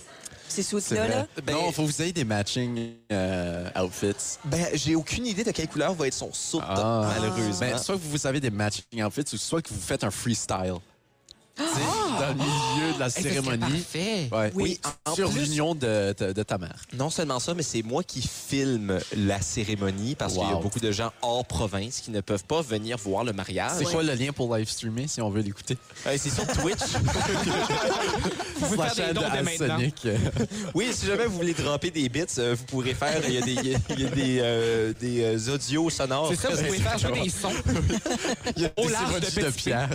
S4: Ces
S3: C'est
S4: suits-là,
S3: vrai.
S4: là.
S1: Ben-
S3: non, faut vous ayez des matching euh, outfits.
S1: Ben, j'ai aucune idée de quelle couleur va être son soute, malheureusement.
S3: Ah. Ben, soit que vous avez des matching outfits ou soit que vous faites un freestyle. Tu sais, Dans le milieu de la
S2: Hey, ça serait
S3: cérémonie.
S2: Parfait.
S3: Ouais.
S1: Oui, en
S3: sur
S1: plus-
S3: l'union de, de- de ta mère.
S1: Non seulement ça, mais c'est moi qui filme la cérémonie parce qu'il y a
S3: Wow.
S1: beaucoup de gens hors province qui ne peuvent pas venir voir le mariage.
S3: C'est quoi le lien pour live streamer si on veut l'écouter?
S1: Euh, c'est sur Twitch.
S2: Vous
S3: La
S2: faire des
S3: chaîne euh,
S2: dons dès
S3: Al
S2: maintenant.
S3: Sonic.
S1: Oui, si jamais vous voulez dropper des bits, euh, vous pourrez faire. Il y a des, il y a des, euh, des, euh, audios sonores.
S2: C'est ça, vous pouvez faire jouer des sons.
S3: Il y a
S2: Au
S3: des
S2: large de
S3: émojis de
S2: Petit P.
S3: Pierre.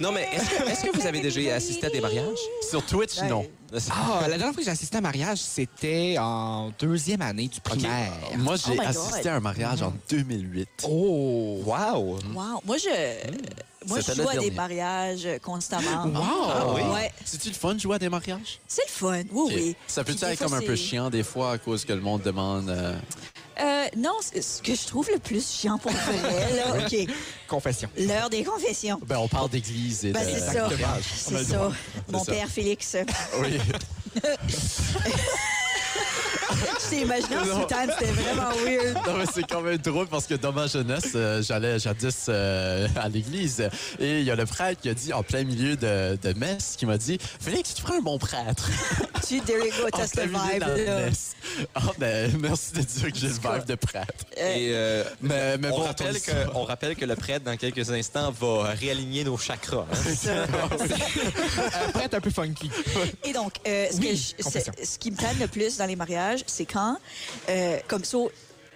S1: Non, mais est-ce que, est-ce que vous avez déjà assisté à des mariages?
S3: Sur Twitch,
S1: Ben,
S3: non.
S2: Ah, la dernière fois que j'ai assisté à un mariage, c'était en deuxième année du
S3: OK.
S2: primaire.
S3: Moi, j'ai
S4: my God.
S3: assisté à un mariage en 2008.
S2: Oh!
S1: Wow!
S3: Mm.
S4: Wow. Moi, je. Moi, je
S3: C'était
S4: joue
S3: le
S4: à des
S3: dernier.
S4: mariages constamment.
S2: Wow!
S3: Ah oui?
S4: Ouais.
S3: C'est-tu le fun de jouer à des mariages?
S4: C'est le fun. Oui, oui.
S3: Ça
S4: Puis
S3: peut-tu
S4: des
S3: être
S4: fois,
S3: comme un peu
S4: c'est-
S3: chiant des fois à cause que le monde demande... euh,
S4: Euh, non, c- ce que je trouve le plus chiant pour vrai,
S3: *laughs*
S4: là, OK,
S2: Confession.
S4: l'heure des confessions.
S3: Ben, on parle d'église et
S4: Ben,
S3: de...
S4: c'est ça.
S3: On a
S4: C'est
S3: le
S4: ça.
S3: droit.
S4: Mon
S3: C'est ça.
S4: père Félix. *laughs*
S3: Oui.
S4: Je t'ai imaginé en soutane, c'était vraiment weird.
S3: Non, mais c'est quand même drôle parce que dans ma jeunesse, euh, j'allais jadis euh, à l'église et il y a le prêtre qui a dit en plein milieu de, de messe, qui m'a dit « Félix, tu ferais un bon prêtre.
S4: Tu, there you go, » *laughs* t'as
S3: En
S4: ce
S3: plein milieu
S4: vibe,
S3: de la
S4: là.
S3: messe. Ah, ben, merci de dire que j'ai le vibe de prêtre.
S1: Et, euh,
S3: Mais, mais
S1: on,
S3: bon,
S1: rappelle que, on rappelle que le prêtre, dans quelques instants, va réaligner nos chakras. hein.
S2: Après, être un peu funky.
S4: Et donc, euh, ce, que
S2: Oui,
S4: je-
S2: confession.
S4: ce- ce qui me tanne le plus dans les mariages, c'est quand, euh, comme ça,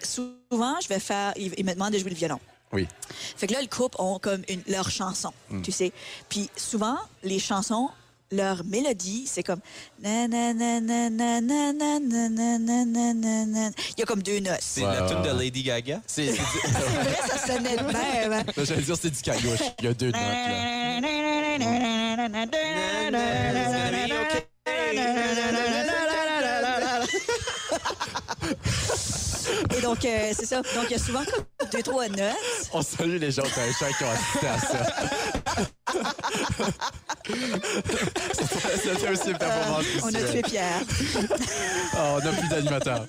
S4: souvent, je vais faire, ils, ils me demandent de jouer le violon.
S3: Oui.
S4: Fait que là, le couple ont comme une, leur chanson,
S2: Hmm.
S4: tu sais. Puis souvent, les chansons, leur mélodie, c'est comme na na na na na na na na na na na na na. Il y a comme deux notes.
S1: C'est
S4: C'est
S1: la
S3: Ouais,
S1: tune de
S3: ouais.
S1: Lady Gaga.
S3: C'est... c'est-
S4: vrai, ça sonnait de même. hein.
S3: J'allais dire c'est du cagouche. Il y a deux notes, là.
S4: *laughs* Et donc, euh, c'est ça. Donc, il y a souvent comme deux, trois notes.
S3: On salue les gens d'un chat qui ont assisté à ça. *laughs* C'était aussi une performance
S4: Euh, On a
S3: visuelle.
S4: tué Pierre.
S3: Ah, on n'a plus d'animateur.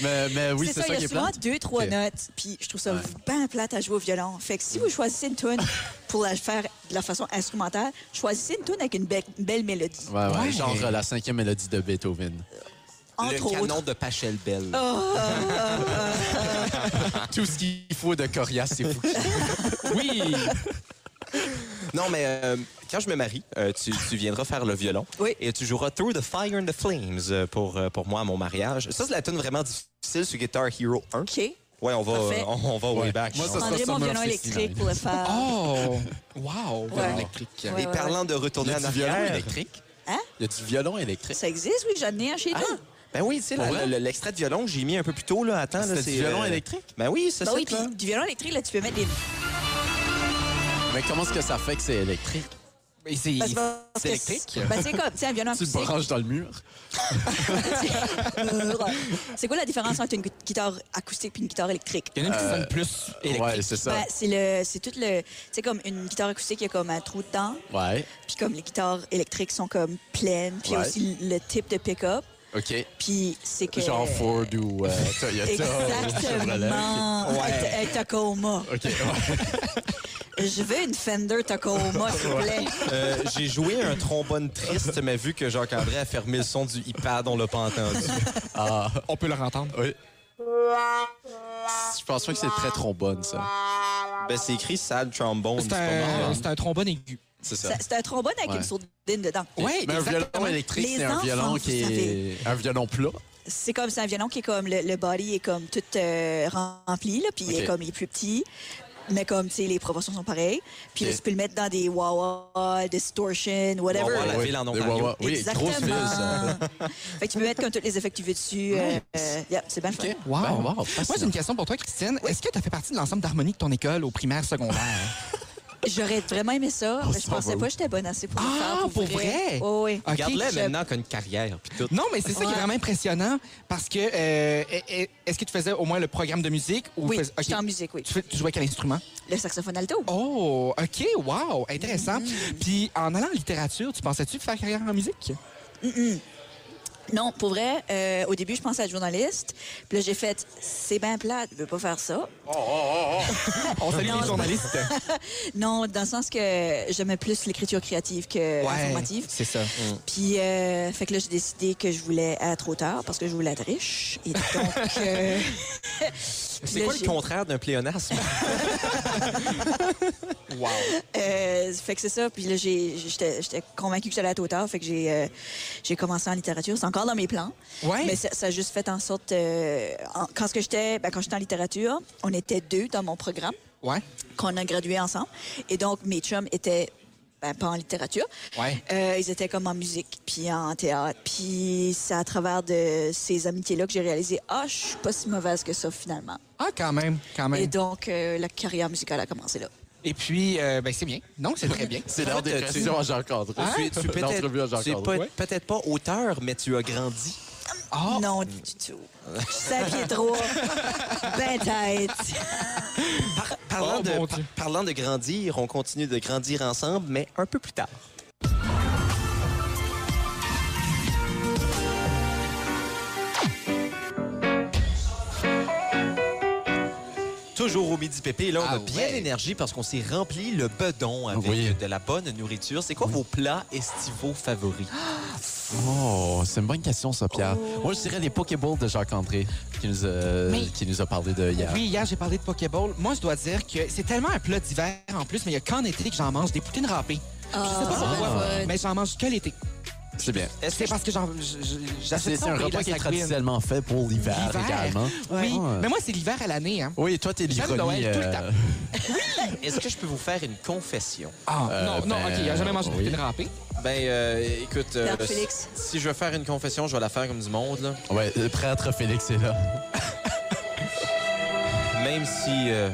S3: Mais, mais oui,
S4: c'est
S3: c'est
S4: ça, il
S3: ça,
S4: y
S3: qui
S4: a
S3: est
S4: souvent
S3: plat.
S4: deux, trois
S3: Ok.
S4: notes. Puis je trouve ça bien plate à jouer au violon. Fait que si vous choisissez une
S3: *laughs*
S4: tune pour la faire de la façon instrumentale, choisissez une tune avec une, be- une belle mélodie.
S3: Ouais, ouais,
S2: Ouais.
S3: Genre euh, la cinquième mélodie de Beethoven.
S1: le
S4: Entre autres.
S1: canon de Pachelbel.
S3: Tout ce qu'il faut de coriace, c'est fou. oui!
S1: Non, mais euh, quand je me marie, euh, tu, tu viendras faire le violon.
S4: Oui.
S1: Et tu joueras Through the Fire and the Flames euh, pour, euh, pour moi à mon mariage. Ça, c'est la tune vraiment difficile sur Guitar Hero 1.
S4: OK.
S1: Ouais, on va,
S4: Parfait.
S1: on, on va way
S3: Ouais.
S1: back.
S3: Moi,
S1: je
S3: ça,
S4: Je
S1: pense.
S4: prendrai mon
S3: Summer
S4: violon
S3: Festival.
S4: électrique pour le faire.
S2: Oh! Wow!
S4: Ouais.
S2: Électrique.
S4: Ouais,
S1: Et
S4: ouais,
S1: parlant de retourner
S3: Il y a
S1: en
S3: du violon
S1: arrière...
S3: électrique.
S4: Hein?
S3: Il y a du violon électrique.
S4: Ça existe, oui, j'en ai un
S3: Ah,
S4: chez nous.
S1: Ben oui, tu sais, la-
S3: Ouais.
S1: le- l'extrait de violon que j'ai mis un peu plus tôt, là, attends, là,
S3: C'était
S1: c'est...
S3: du violon
S1: euh,
S3: électrique?
S1: Ben oui, c'est
S4: Bah
S1: ça.
S4: oui, puis
S1: toi.
S4: du violon électrique, là, tu peux mettre des.
S3: Mais comment est-ce que ça fait que c'est électrique?
S2: Mais c'est
S4: Parce que- parce que-
S2: électrique?
S4: Ben, c'est comme, tu sais, un violon
S3: *laughs* Tu le
S4: acoustique.
S3: branches dans le mur.
S4: C'est quoi la différence entre une gu- guitare acoustique et une guitare électrique?
S2: Il y en a une qui sonne plus
S3: Ouais,
S2: électrique.
S3: c'est ça.
S4: Ben, c'est le, c'est tout le, c'est comme une guitare acoustique, il y a comme un trou dedans,
S3: Ouais.
S4: puis comme les guitares électriques sont comme pleines, puis il y a
S3: Ouais.
S4: aussi le type de pick-up,
S3: OK.
S4: puis c'est que
S3: Genre Ford ou euh, Toyota. ou Chevrolet.
S4: exactement,
S3: Ouais.
S4: Hey, Tacoma.
S3: OK, ouais.
S4: Je veux une Fender Tacoma, s'il vous plaît.
S1: Euh, j'ai joué un trombone triste, mais vu que Jacques-André a fermé le son du iPad, on l'a pas entendu.
S2: On peut le entendre.
S3: Oui. Je pense pas que c'est très trombone, ça.
S1: Ben, c'est écrit sad trombone.
S2: C'est
S1: c'est pas
S2: un,
S1: mal. hein.
S2: c'est un trombone aigu.
S3: C'est ça.
S4: Ça- C'est un trombone avec
S3: Ouais.
S4: une sourdine dedans.
S2: Ouais,
S3: Mais un
S2: exactement.
S3: violon électrique,
S4: Les
S3: c'est un
S4: enfants,
S3: violon
S4: vous
S3: qui est. Un violon plat.
S4: C'est comme c'est un violon qui est comme le, le body est comme tout euh, rempli là, puis il est
S3: Ok.
S4: comme il est plus petit. Mais comme tu sais les proportions sont pareilles, puis là,
S3: Ok.
S4: tu peux le mettre dans des wah-wah, distortion, whatever.
S1: Wah-wah, la
S3: Oui,
S1: ville en
S3: des
S1: Ontario.
S3: Wawa. Oui, grosse ville, ça.
S4: *laughs* fait que tu peux mettre comme tous les effets que tu veux dessus. euh, euh, yeah, c'est bien le fun.
S3: OK.
S2: Wow.
S3: Ben, wow,
S2: Moi, j'ai
S3: fascinant.
S2: une question pour toi, Christine. Est-ce que tu as fait partie de l'ensemble d'harmonie de ton école au primaire,
S4: *laughs*
S2: secondaire?
S4: J'aurais vraiment aimé ça, mais je
S3: ça
S4: pensais
S3: va
S4: pas
S3: où?
S4: que j'étais bonne assez pour le
S2: Ah,
S4: faire.
S2: pour vrai?
S4: Oh, oui.
S2: OK.
S1: Garde-la
S4: je-
S1: maintenant qu'une carrière, puis tout.
S2: Non, mais c'est ça qui
S4: Ouais.
S2: est vraiment impressionnant parce que euh, est- est-ce que tu faisais au moins le programme de musique ou
S4: Oui,
S2: fais- OK.
S4: j'étais en musique, oui.
S2: Tu, fais- tu jouais quel instrument?
S4: Le saxophone alto.
S2: Oh, OK, wow, intéressant.
S4: Mm-hmm.
S2: Puis en allant en littérature, tu pensais-tu faire carrière en musique?
S4: Non, pour vrai, euh, au début, je pensais être journaliste. Puis là, j'ai fait, c'est bien plate, je veux pas faire ça. Oh,
S2: On salue les journalistes.
S4: Non, dans le sens que j'aimais plus l'écriture créative que
S2: ouais,
S4: informative.
S2: c'est ça.
S4: Puis, euh, fait que là, j'ai décidé que je voulais être auteur parce que je voulais être riche. Et donc, euh,
S1: C'est
S4: là,
S1: quoi le
S4: j'ai-
S1: contraire d'un pléonasme?
S4: euh, fait que c'est ça. Puis là, j'ai- j'étais j'étais convaincue que j'allais être auteur. Fait que j'ai euh, j'ai commencé en littérature. C'est encore dans mes plans.
S2: Ouais.
S4: Mais ça, ça a juste fait en sorte... euh, en- quand ce que j'étais ben, quand j'étais en littérature, on était deux dans mon programme.
S2: *laughs* Ouais.
S4: qu'on a gradué ensemble. Et donc, mes chums étaient ben, pas en littérature.
S2: Ouais.
S4: Euh, ils étaient comme en musique, puis en théâtre. Puis c'est à travers de ces amitiés-là que j'ai réalisé, ah, je suis pas si mauvaise que ça finalement.
S2: Ah, quand même, quand
S4: Et
S2: même.
S4: donc, euh, la carrière musicale a commencé là.
S2: Et puis, euh, ben, c'est bien. Non, c'est très bien.
S3: C'est l'heure des
S2: Ah,
S3: questions à Jacques-André.
S1: Tu es- tu es peut-être
S3: L'entrevue à
S1: tu es
S3: Jacques-André.
S1: peut- peut-être pas auteur, mais tu as grandi.
S2: Oh.
S4: Non, du tout. Je suis à pied
S2: *laughs*
S4: droit. Ben tête.
S1: Parlant,
S5: Oh,
S1: de,
S5: mon
S1: par-
S5: Dieu.
S1: parlant de grandir, on continue de grandir ensemble, mais un peu plus tard. Toujours au midi pépé, là on
S2: Ah
S1: a bien
S2: ouais.
S1: l'énergie parce qu'on s'est rempli le bedon avec
S3: Oui.
S1: de la bonne nourriture. C'est quoi vos plats estivaux favoris?
S3: Oh, c'est une bonne question, ça, Pierre. Moi, je dirais les Pokéballs de Jacques-André qui, nous a-
S2: Oh. Mais-
S3: qui nous a parlé de hier.
S2: Oui, hier, j'ai parlé de Pokéball. Moi, je dois dire que c'est tellement un plat d'hiver en plus, mais il y a qu'en été que j'en mange des poutines râpées. Je sais pas pourquoi, mais Ah. Ben, j'en mange que l'été.
S3: C'est bien.
S1: Est-ce que
S2: C'est parce que j'en- je- je-
S3: C'est
S2: j'achète
S3: c'est
S2: ça au
S3: un
S2: prix de
S3: repas
S2: la
S3: qui est
S2: Sacwin.
S3: traditionnellement fait pour l'hiver
S2: L'hiver.
S3: également.
S2: Oui,
S3: Ouais.
S2: mais moi, c'est l'hiver à l'année. Hein.
S3: Oui, toi, t'es
S2: J'aime
S3: l'ironie.
S2: Noël tout le
S3: euh,
S2: temps.
S1: Est-ce que je peux vous faire une confession?
S2: Ah,
S3: Euh,
S2: non, non,
S3: ben,
S2: OK, il a jamais mangé de
S3: oui.
S2: poutine râpée.
S1: Ben, euh, écoute, euh,
S4: Pierre Félix.
S1: si si je veux faire une confession, je vais la faire comme du monde, là.
S3: Ouais, le prêtre Félix est là.
S1: Même si euh,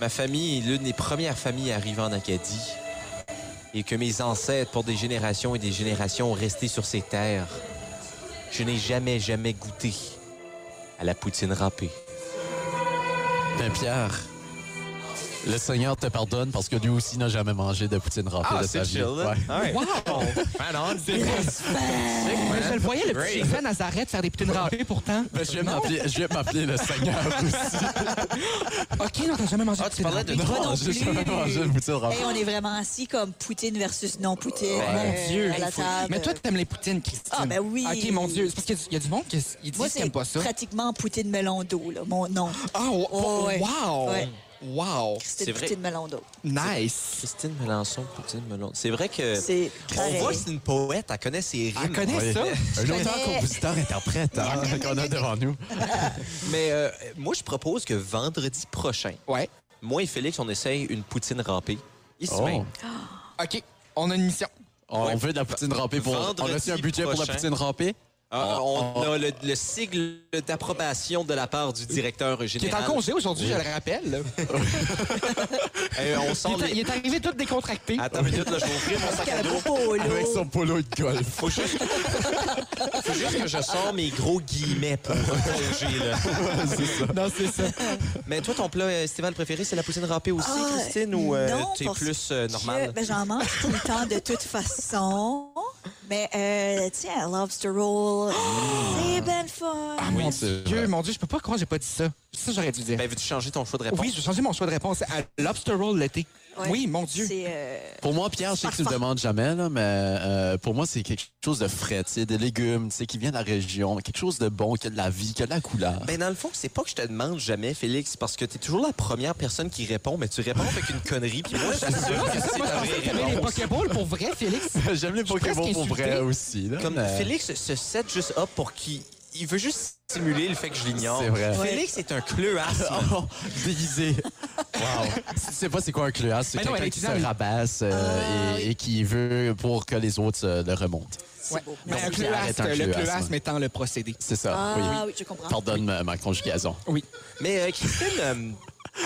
S1: ma famille est l'une des premières familles à arriver en Acadie et que mes ancêtres, pour des générations et des générations, ont resté sur ces terres, je n'ai jamais, jamais goûté à la poutine râpée.
S3: Ben, Pierre, le Seigneur te pardonne parce que lui aussi n'a jamais mangé de poutine râpée
S2: Ah,
S3: de sa vie.
S2: hein?
S3: Ouais.
S2: Wow! Mais je le voyais, le
S1: Great.
S2: petit Jésus à Nazareth faire des poutines râpées pourtant.
S3: Ben, je vais m'appeler- je vais m'appeler le Seigneur aussi.
S2: OK, non, t'as jamais mangé
S1: Ah,
S2: de
S1: tu
S2: poutine
S1: parlais de
S2: râpée.
S1: toi
S4: non
S3: j'ai jamais
S4: plus.
S3: mangé de poutine râpée.
S4: Hey, on est vraiment assis comme poutine versus non-poutine
S2: Mon
S4: euh,
S2: Dieu.
S4: à la
S2: il faut-
S4: table.
S2: Mais toi, t'aimes les poutines, Christine.
S4: Ah, ben oui.
S2: OK, mon Dieu. C'est parce qu'il y a du- il y a du monde qui ils
S4: moi,
S2: disent qu'ils
S4: c'est
S2: aiment pas ça.
S4: pratiquement poutine melon d'eau, là, mon nom.
S2: Ah, oh, oh,
S4: Ouais.
S2: wow!
S4: Ouais.
S2: Wow!
S1: C'est
S4: C'était
S1: vrai.
S4: poutine melon d'eau.
S2: Nice!
S1: Christine Melançon, poutine melon. C'est vrai que...
S4: C'est
S1: On
S4: pareil.
S1: voit que c'est une poète, elle connaît ses rimes.
S2: Elle connaît
S3: Oui.
S2: ça?
S3: Un auteur, compositeur, interprète hein, *laughs* qu'on a devant nous.
S1: Mais euh, moi, je propose que vendredi prochain,
S2: Ouais.
S1: moi et Félix, on essaye une poutine râpée. Ici
S3: Oh.
S1: même.
S2: OK, on a une mission.
S3: On veut de la poutine râpée pour. on a
S1: Vendredi
S3: aussi un budget pour la
S1: prochain.
S3: poutine râpée.
S1: Ah,
S3: Oh,
S1: on
S3: oh.
S1: a le, le sigle d'approbation de la part du directeur
S2: Qui est en
S1: général.
S2: congé aujourd'hui, je le rappelle. là.
S1: Euh, on sort
S2: Il est, il
S1: les... Ah,
S2: est arrivé tout décontracté.
S1: Attends une minute, là, je vais ouvrir mon sac à dos.
S4: Polo.
S3: Avec son polo de golf.
S1: Faut juste... Faut juste que je sors mes gros guillemets pour congé, là.
S2: Non, c'est ça.
S1: Mais toi, ton plat euh, estival préféré, c'est la poutine râpée aussi,
S4: Ah,
S1: Christine, ou euh,
S4: non,
S1: t'es
S4: parce
S1: plus euh,
S4: que-
S1: normal?
S4: ben, j'en mange tout le temps de toute façon. Mais, euh, tu sais, un lobster roll,
S1: Ah.
S4: c'est ben le fun.
S2: Ah, mon
S3: c'est
S2: Dieu,
S3: vrai.
S2: mon Dieu, je peux pas croire que j'ai pas dit ça. Ça, j'aurais dû dire.
S1: Ben, veux-tu changer ton choix de réponse?
S2: oui, j'ai changé mon choix de réponse à lobster roll l'été.
S4: Ouais.
S2: Oui, mon Dieu.
S4: C'est, euh,
S3: *laughs* Pour moi, Pierre, je sais que tu le demandes jamais, là, mais euh, pour moi, c'est quelque chose de frais, tu sais, des légumes, tu sais, qui vient de la région, quelque chose de bon, qui a de la vie, qui a de la couleur.
S1: Ben dans le fond, c'est pas que je te demande jamais, Félix, parce que t'es toujours la première personne qui répond, mais tu réponds avec une connerie, puis moi, je t'assure que c'est ta
S2: Moi, je pensais
S1: vraie
S2: que t'avais les
S1: réponse.
S2: Pokéballs pour vrai, Félix.
S3: *laughs* J'aime les
S2: suis presque
S3: Pokémon pour
S2: insulté.
S3: vrai aussi. Là,
S1: Comme
S3: mais-
S1: Félix se set juste up pour qu'il... Il veut juste simuler le fait que je l'ignore.
S3: C'est vrai.
S1: Félix est un cleuasse.
S3: Oh, déguisé. Wow. Si *laughs* tu sais pas c'est quoi un cléas, c'est
S2: Ben non, elle
S3: quelqu'un
S2: est
S3: qui
S2: étudiante.
S3: se rabaisse euh,
S4: Ah,
S3: et,
S4: oui.
S3: et qui veut pour que les autres euh, le remontent.
S4: c'est
S2: Ouais.
S4: beau.
S2: Mais
S4: Merci.
S2: un
S3: arrête un
S2: cleuasme, le
S3: cleuasme.
S2: cleuasme étant le procédé.
S3: C'est ça,
S4: Ah
S3: oui.
S4: oui, je comprends.
S3: Pardonne ma, ma conjugaison.
S2: Oui.
S1: Mais euh, Christine, euh,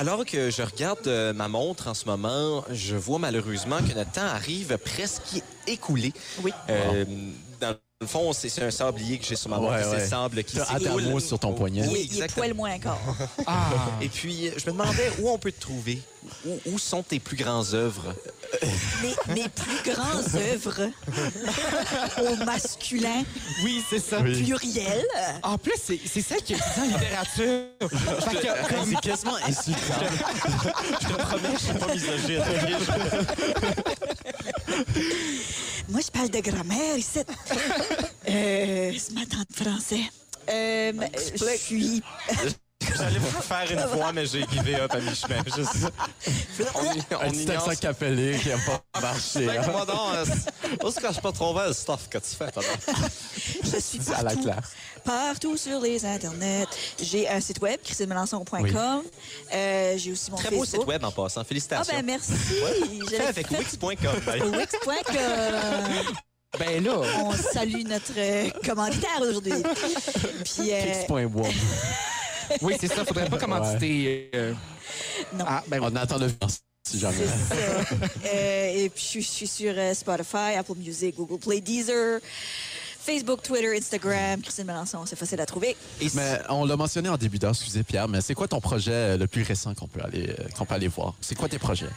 S1: alors que je regarde euh, ma montre en ce moment, je vois malheureusement que notre temps arrive presque écoulé.
S4: Oui.
S1: Euh, Dans le fond, c'est c'est un sablier que j'ai sur ma montre.
S3: Ouais,
S1: C'est le
S3: ouais.
S1: sable qui
S3: T'as
S1: s'écoule.
S3: Adamo sur ton poignet.
S4: Il,
S1: Oui,
S4: est- il est
S1: exactement.
S4: poil moins encore.
S1: *laughs*
S2: Ah.
S1: Et puis, euh, je me demandais où on peut te trouver. Où, où sont tes plus grandes œuvres?
S4: mes, mes plus
S1: *laughs*
S4: grandes œuvres *laughs* au masculin
S2: Oui, c'est ça.
S4: pluriel.
S2: En plus, c'est c'est celle qui est en littérature. Fait que, comme-
S3: C'est quasiment insultant.
S4: Moi, je parle de
S1: *laughs*
S4: grammaire ici. Euh, ce matin de français. Euh,
S1: Ah,
S4: je suis.
S1: J'allais vous faire une voix, mais j'ai givé up à mi-chemin.
S3: *laughs* Un petit accent capellé qui a pas marché. hein.
S1: euh, On se cache pas trop mal, stuff que tu fais.
S4: Je suis
S3: à la
S4: partout,
S3: claire.
S4: partout sur les internets. J'ai un site web, christinemelançon.com. Euh, J'ai aussi mon
S1: Très beau
S4: Facebook.
S1: site web en passant.
S4: Ah
S1: Félicitations.
S4: ben merci. Je
S1: Fait
S4: l'ai
S1: avec
S4: fait *laughs*
S1: Wix.com.
S4: au
S1: *laughs*
S4: Wix.com.
S2: ben là,
S4: On salue notre euh, commanditaire aujourd'hui. Puis, euh,
S3: Kicks.bois.
S2: oui, c'est ça. Faudrait pas commanditer. euh,
S4: Non.
S2: Ah, ben oui.
S3: On attend le si jamais.
S4: C'est ça. Euh, et puis, je suis sur euh, Spotify, Apple Music, Google Play, Deezer, Facebook, Twitter, Instagram, Christine Melançon, c'est facile à trouver.
S3: Et mais on l'a mentionné en début d'heure, excusez Pierre, mais c'est quoi ton projet euh, le plus récent qu'on peut aller euh, qu'on peut aller voir C'est quoi tes projets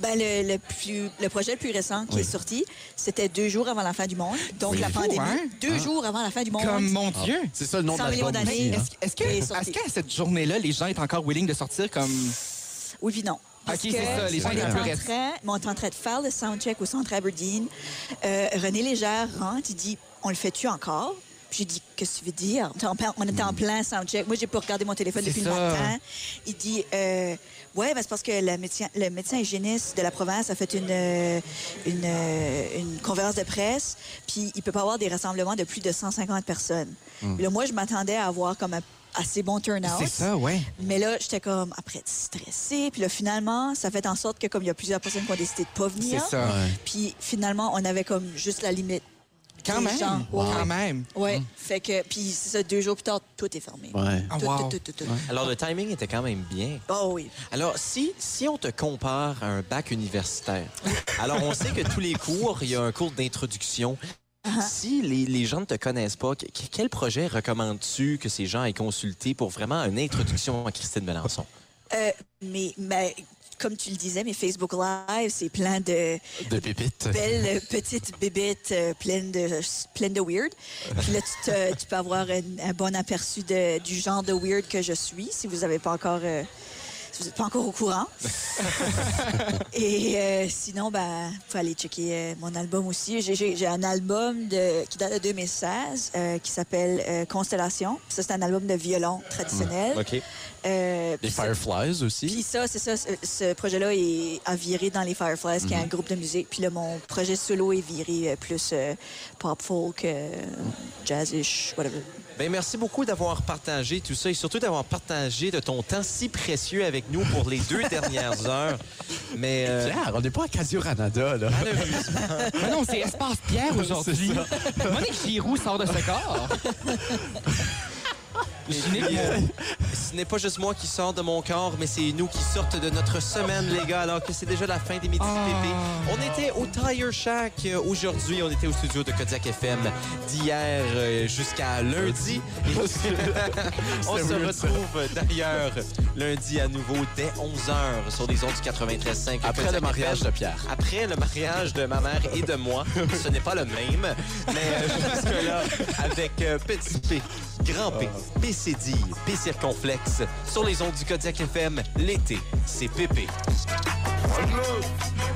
S4: Ben, le, le plus, le projet le plus récent qui
S3: Oui.
S4: est sorti, c'était deux jours avant la fin du monde. Donc, la pandémie,
S2: hein?
S4: deux jours avant la fin du monde.
S2: Comme mon Dieu.
S3: Ah, C'est ça le nom de
S4: 100 millions
S3: l'album aussi.
S4: d'années.
S3: hein?
S2: Est-ce que,
S4: Et
S2: est-ce
S4: sorti.
S2: qu'à cette journée-là, les gens étaient encore willing de sortir comme.
S4: Oui, puis non. Parce
S2: Ok,
S4: que
S2: c'est ça, les gens,
S4: on
S2: ils
S4: est
S2: étaient
S4: en
S2: plus
S4: train- mais on est en train de faire le soundcheck au centre Aberdeen. Euh, René Légère rentre, il dit On le fait-tu encore Puis j'ai dit Qu'est-ce que tu veux dire On était en plein- On était en plein soundcheck. Moi, j'ai pas regardé mon téléphone
S2: Hmm. C'est
S4: depuis
S2: ça.
S4: le matin. Il dit euh, Ouais, ben, c'est parce que le médecin, le médecin hygiéniste de la province a fait une, euh, une, euh, une conférence de presse, puis il peut pas avoir des rassemblements de plus de 150 personnes. Puis là, moi, je m'attendais à avoir comme un assez bon turnout.
S2: Hmm. C'est ça, ouais.
S4: Mais là, j'étais comme après stressée. Puis là, finalement, ça fait en sorte que comme il y a plusieurs personnes qui ont décidé de pas venir,
S2: C'est ça.
S4: puis finalement, on avait comme juste la limite.
S2: Quand
S4: des
S2: même.
S4: gens.
S2: Quand même.
S4: Ouais. Fait que puis c'est ça. Deux jours plus tard, tout est fermé.
S3: Ouais.
S2: Ah,
S4: Tout,
S2: wow.
S4: tout, tout, tout, tout.
S1: Alors, le timing était quand même bien.
S4: Oh oui.
S1: Alors, si, si on te compare à un bac universitaire, alors on sait que tous les cours, il y a un cours d'introduction. Si les, les gens ne te connaissent pas, que- que- quel projet recommandes-tu que ces gens aient consulté pour vraiment une introduction à Christine Melançon?
S4: Euh, mais, mais comme tu le disais, mes Facebook Live, c'est plein de
S3: De pépites.
S4: belles petites bébites euh, pleines de pleines de weird. Puis là, tu, te- tu peux avoir un, un bon aperçu de- du genre de weird que je suis si vous n'avez pas encore euh, si vous n'êtes pas encore au courant. Et euh, sinon, ben, faut aller checker euh, mon album aussi. J'ai- J'ai j'ai un album de, qui date de 2016 euh, qui s'appelle euh, Constellation. Puis Ça, c'est un album de violon
S1: Mm.
S4: traditionnel. Euh,
S3: Des
S4: puis ça-
S3: Fireflies
S4: puis
S3: aussi.
S4: ça, c'est ça. ce- Ce projet-là est à virer dans les Fireflies, qui est un groupe de musique. Puis là, mon projet solo est viré euh, plus euh, pop folk, euh, jazzish, whatever.
S1: Ben, merci beaucoup d'avoir partagé tout ça et surtout d'avoir partagé de ton temps si précieux avec nous pour les *laughs* deux dernières heures. Mais euh,
S3: Pierre, on n'est pas à Casio-Ranada, là.
S2: Mais non, c'est Espace Pierre aujourd'hui. Monique Giroux sort de ce corps. Ginette,
S1: ce n'est pas juste moi qui sors de mon corps, mais c'est nous qui sortent de notre semaine, les gars, alors que c'est déjà la fin des Midi Pépé. On était au Tire Shack euh, aujourd'hui, on était au studio de Kodiak FM d'hier euh, jusqu'à
S3: *laughs*
S1: lundi. Et *laughs* on se retrouve d'ailleurs lundi à nouveau dès 11h sur les ondes du 93.5.
S3: Après le
S1: Kodiak
S3: mariage
S1: FM.
S3: de Pierre.
S1: Après le mariage de ma mère et de moi, ce n'est pas le même, mais euh, jusque là, avec euh, petit P, grand P, PCD, P circonflexe, sur les ondes du Kodiak FM, l'été, c'est Pépé.
S9: Adieu.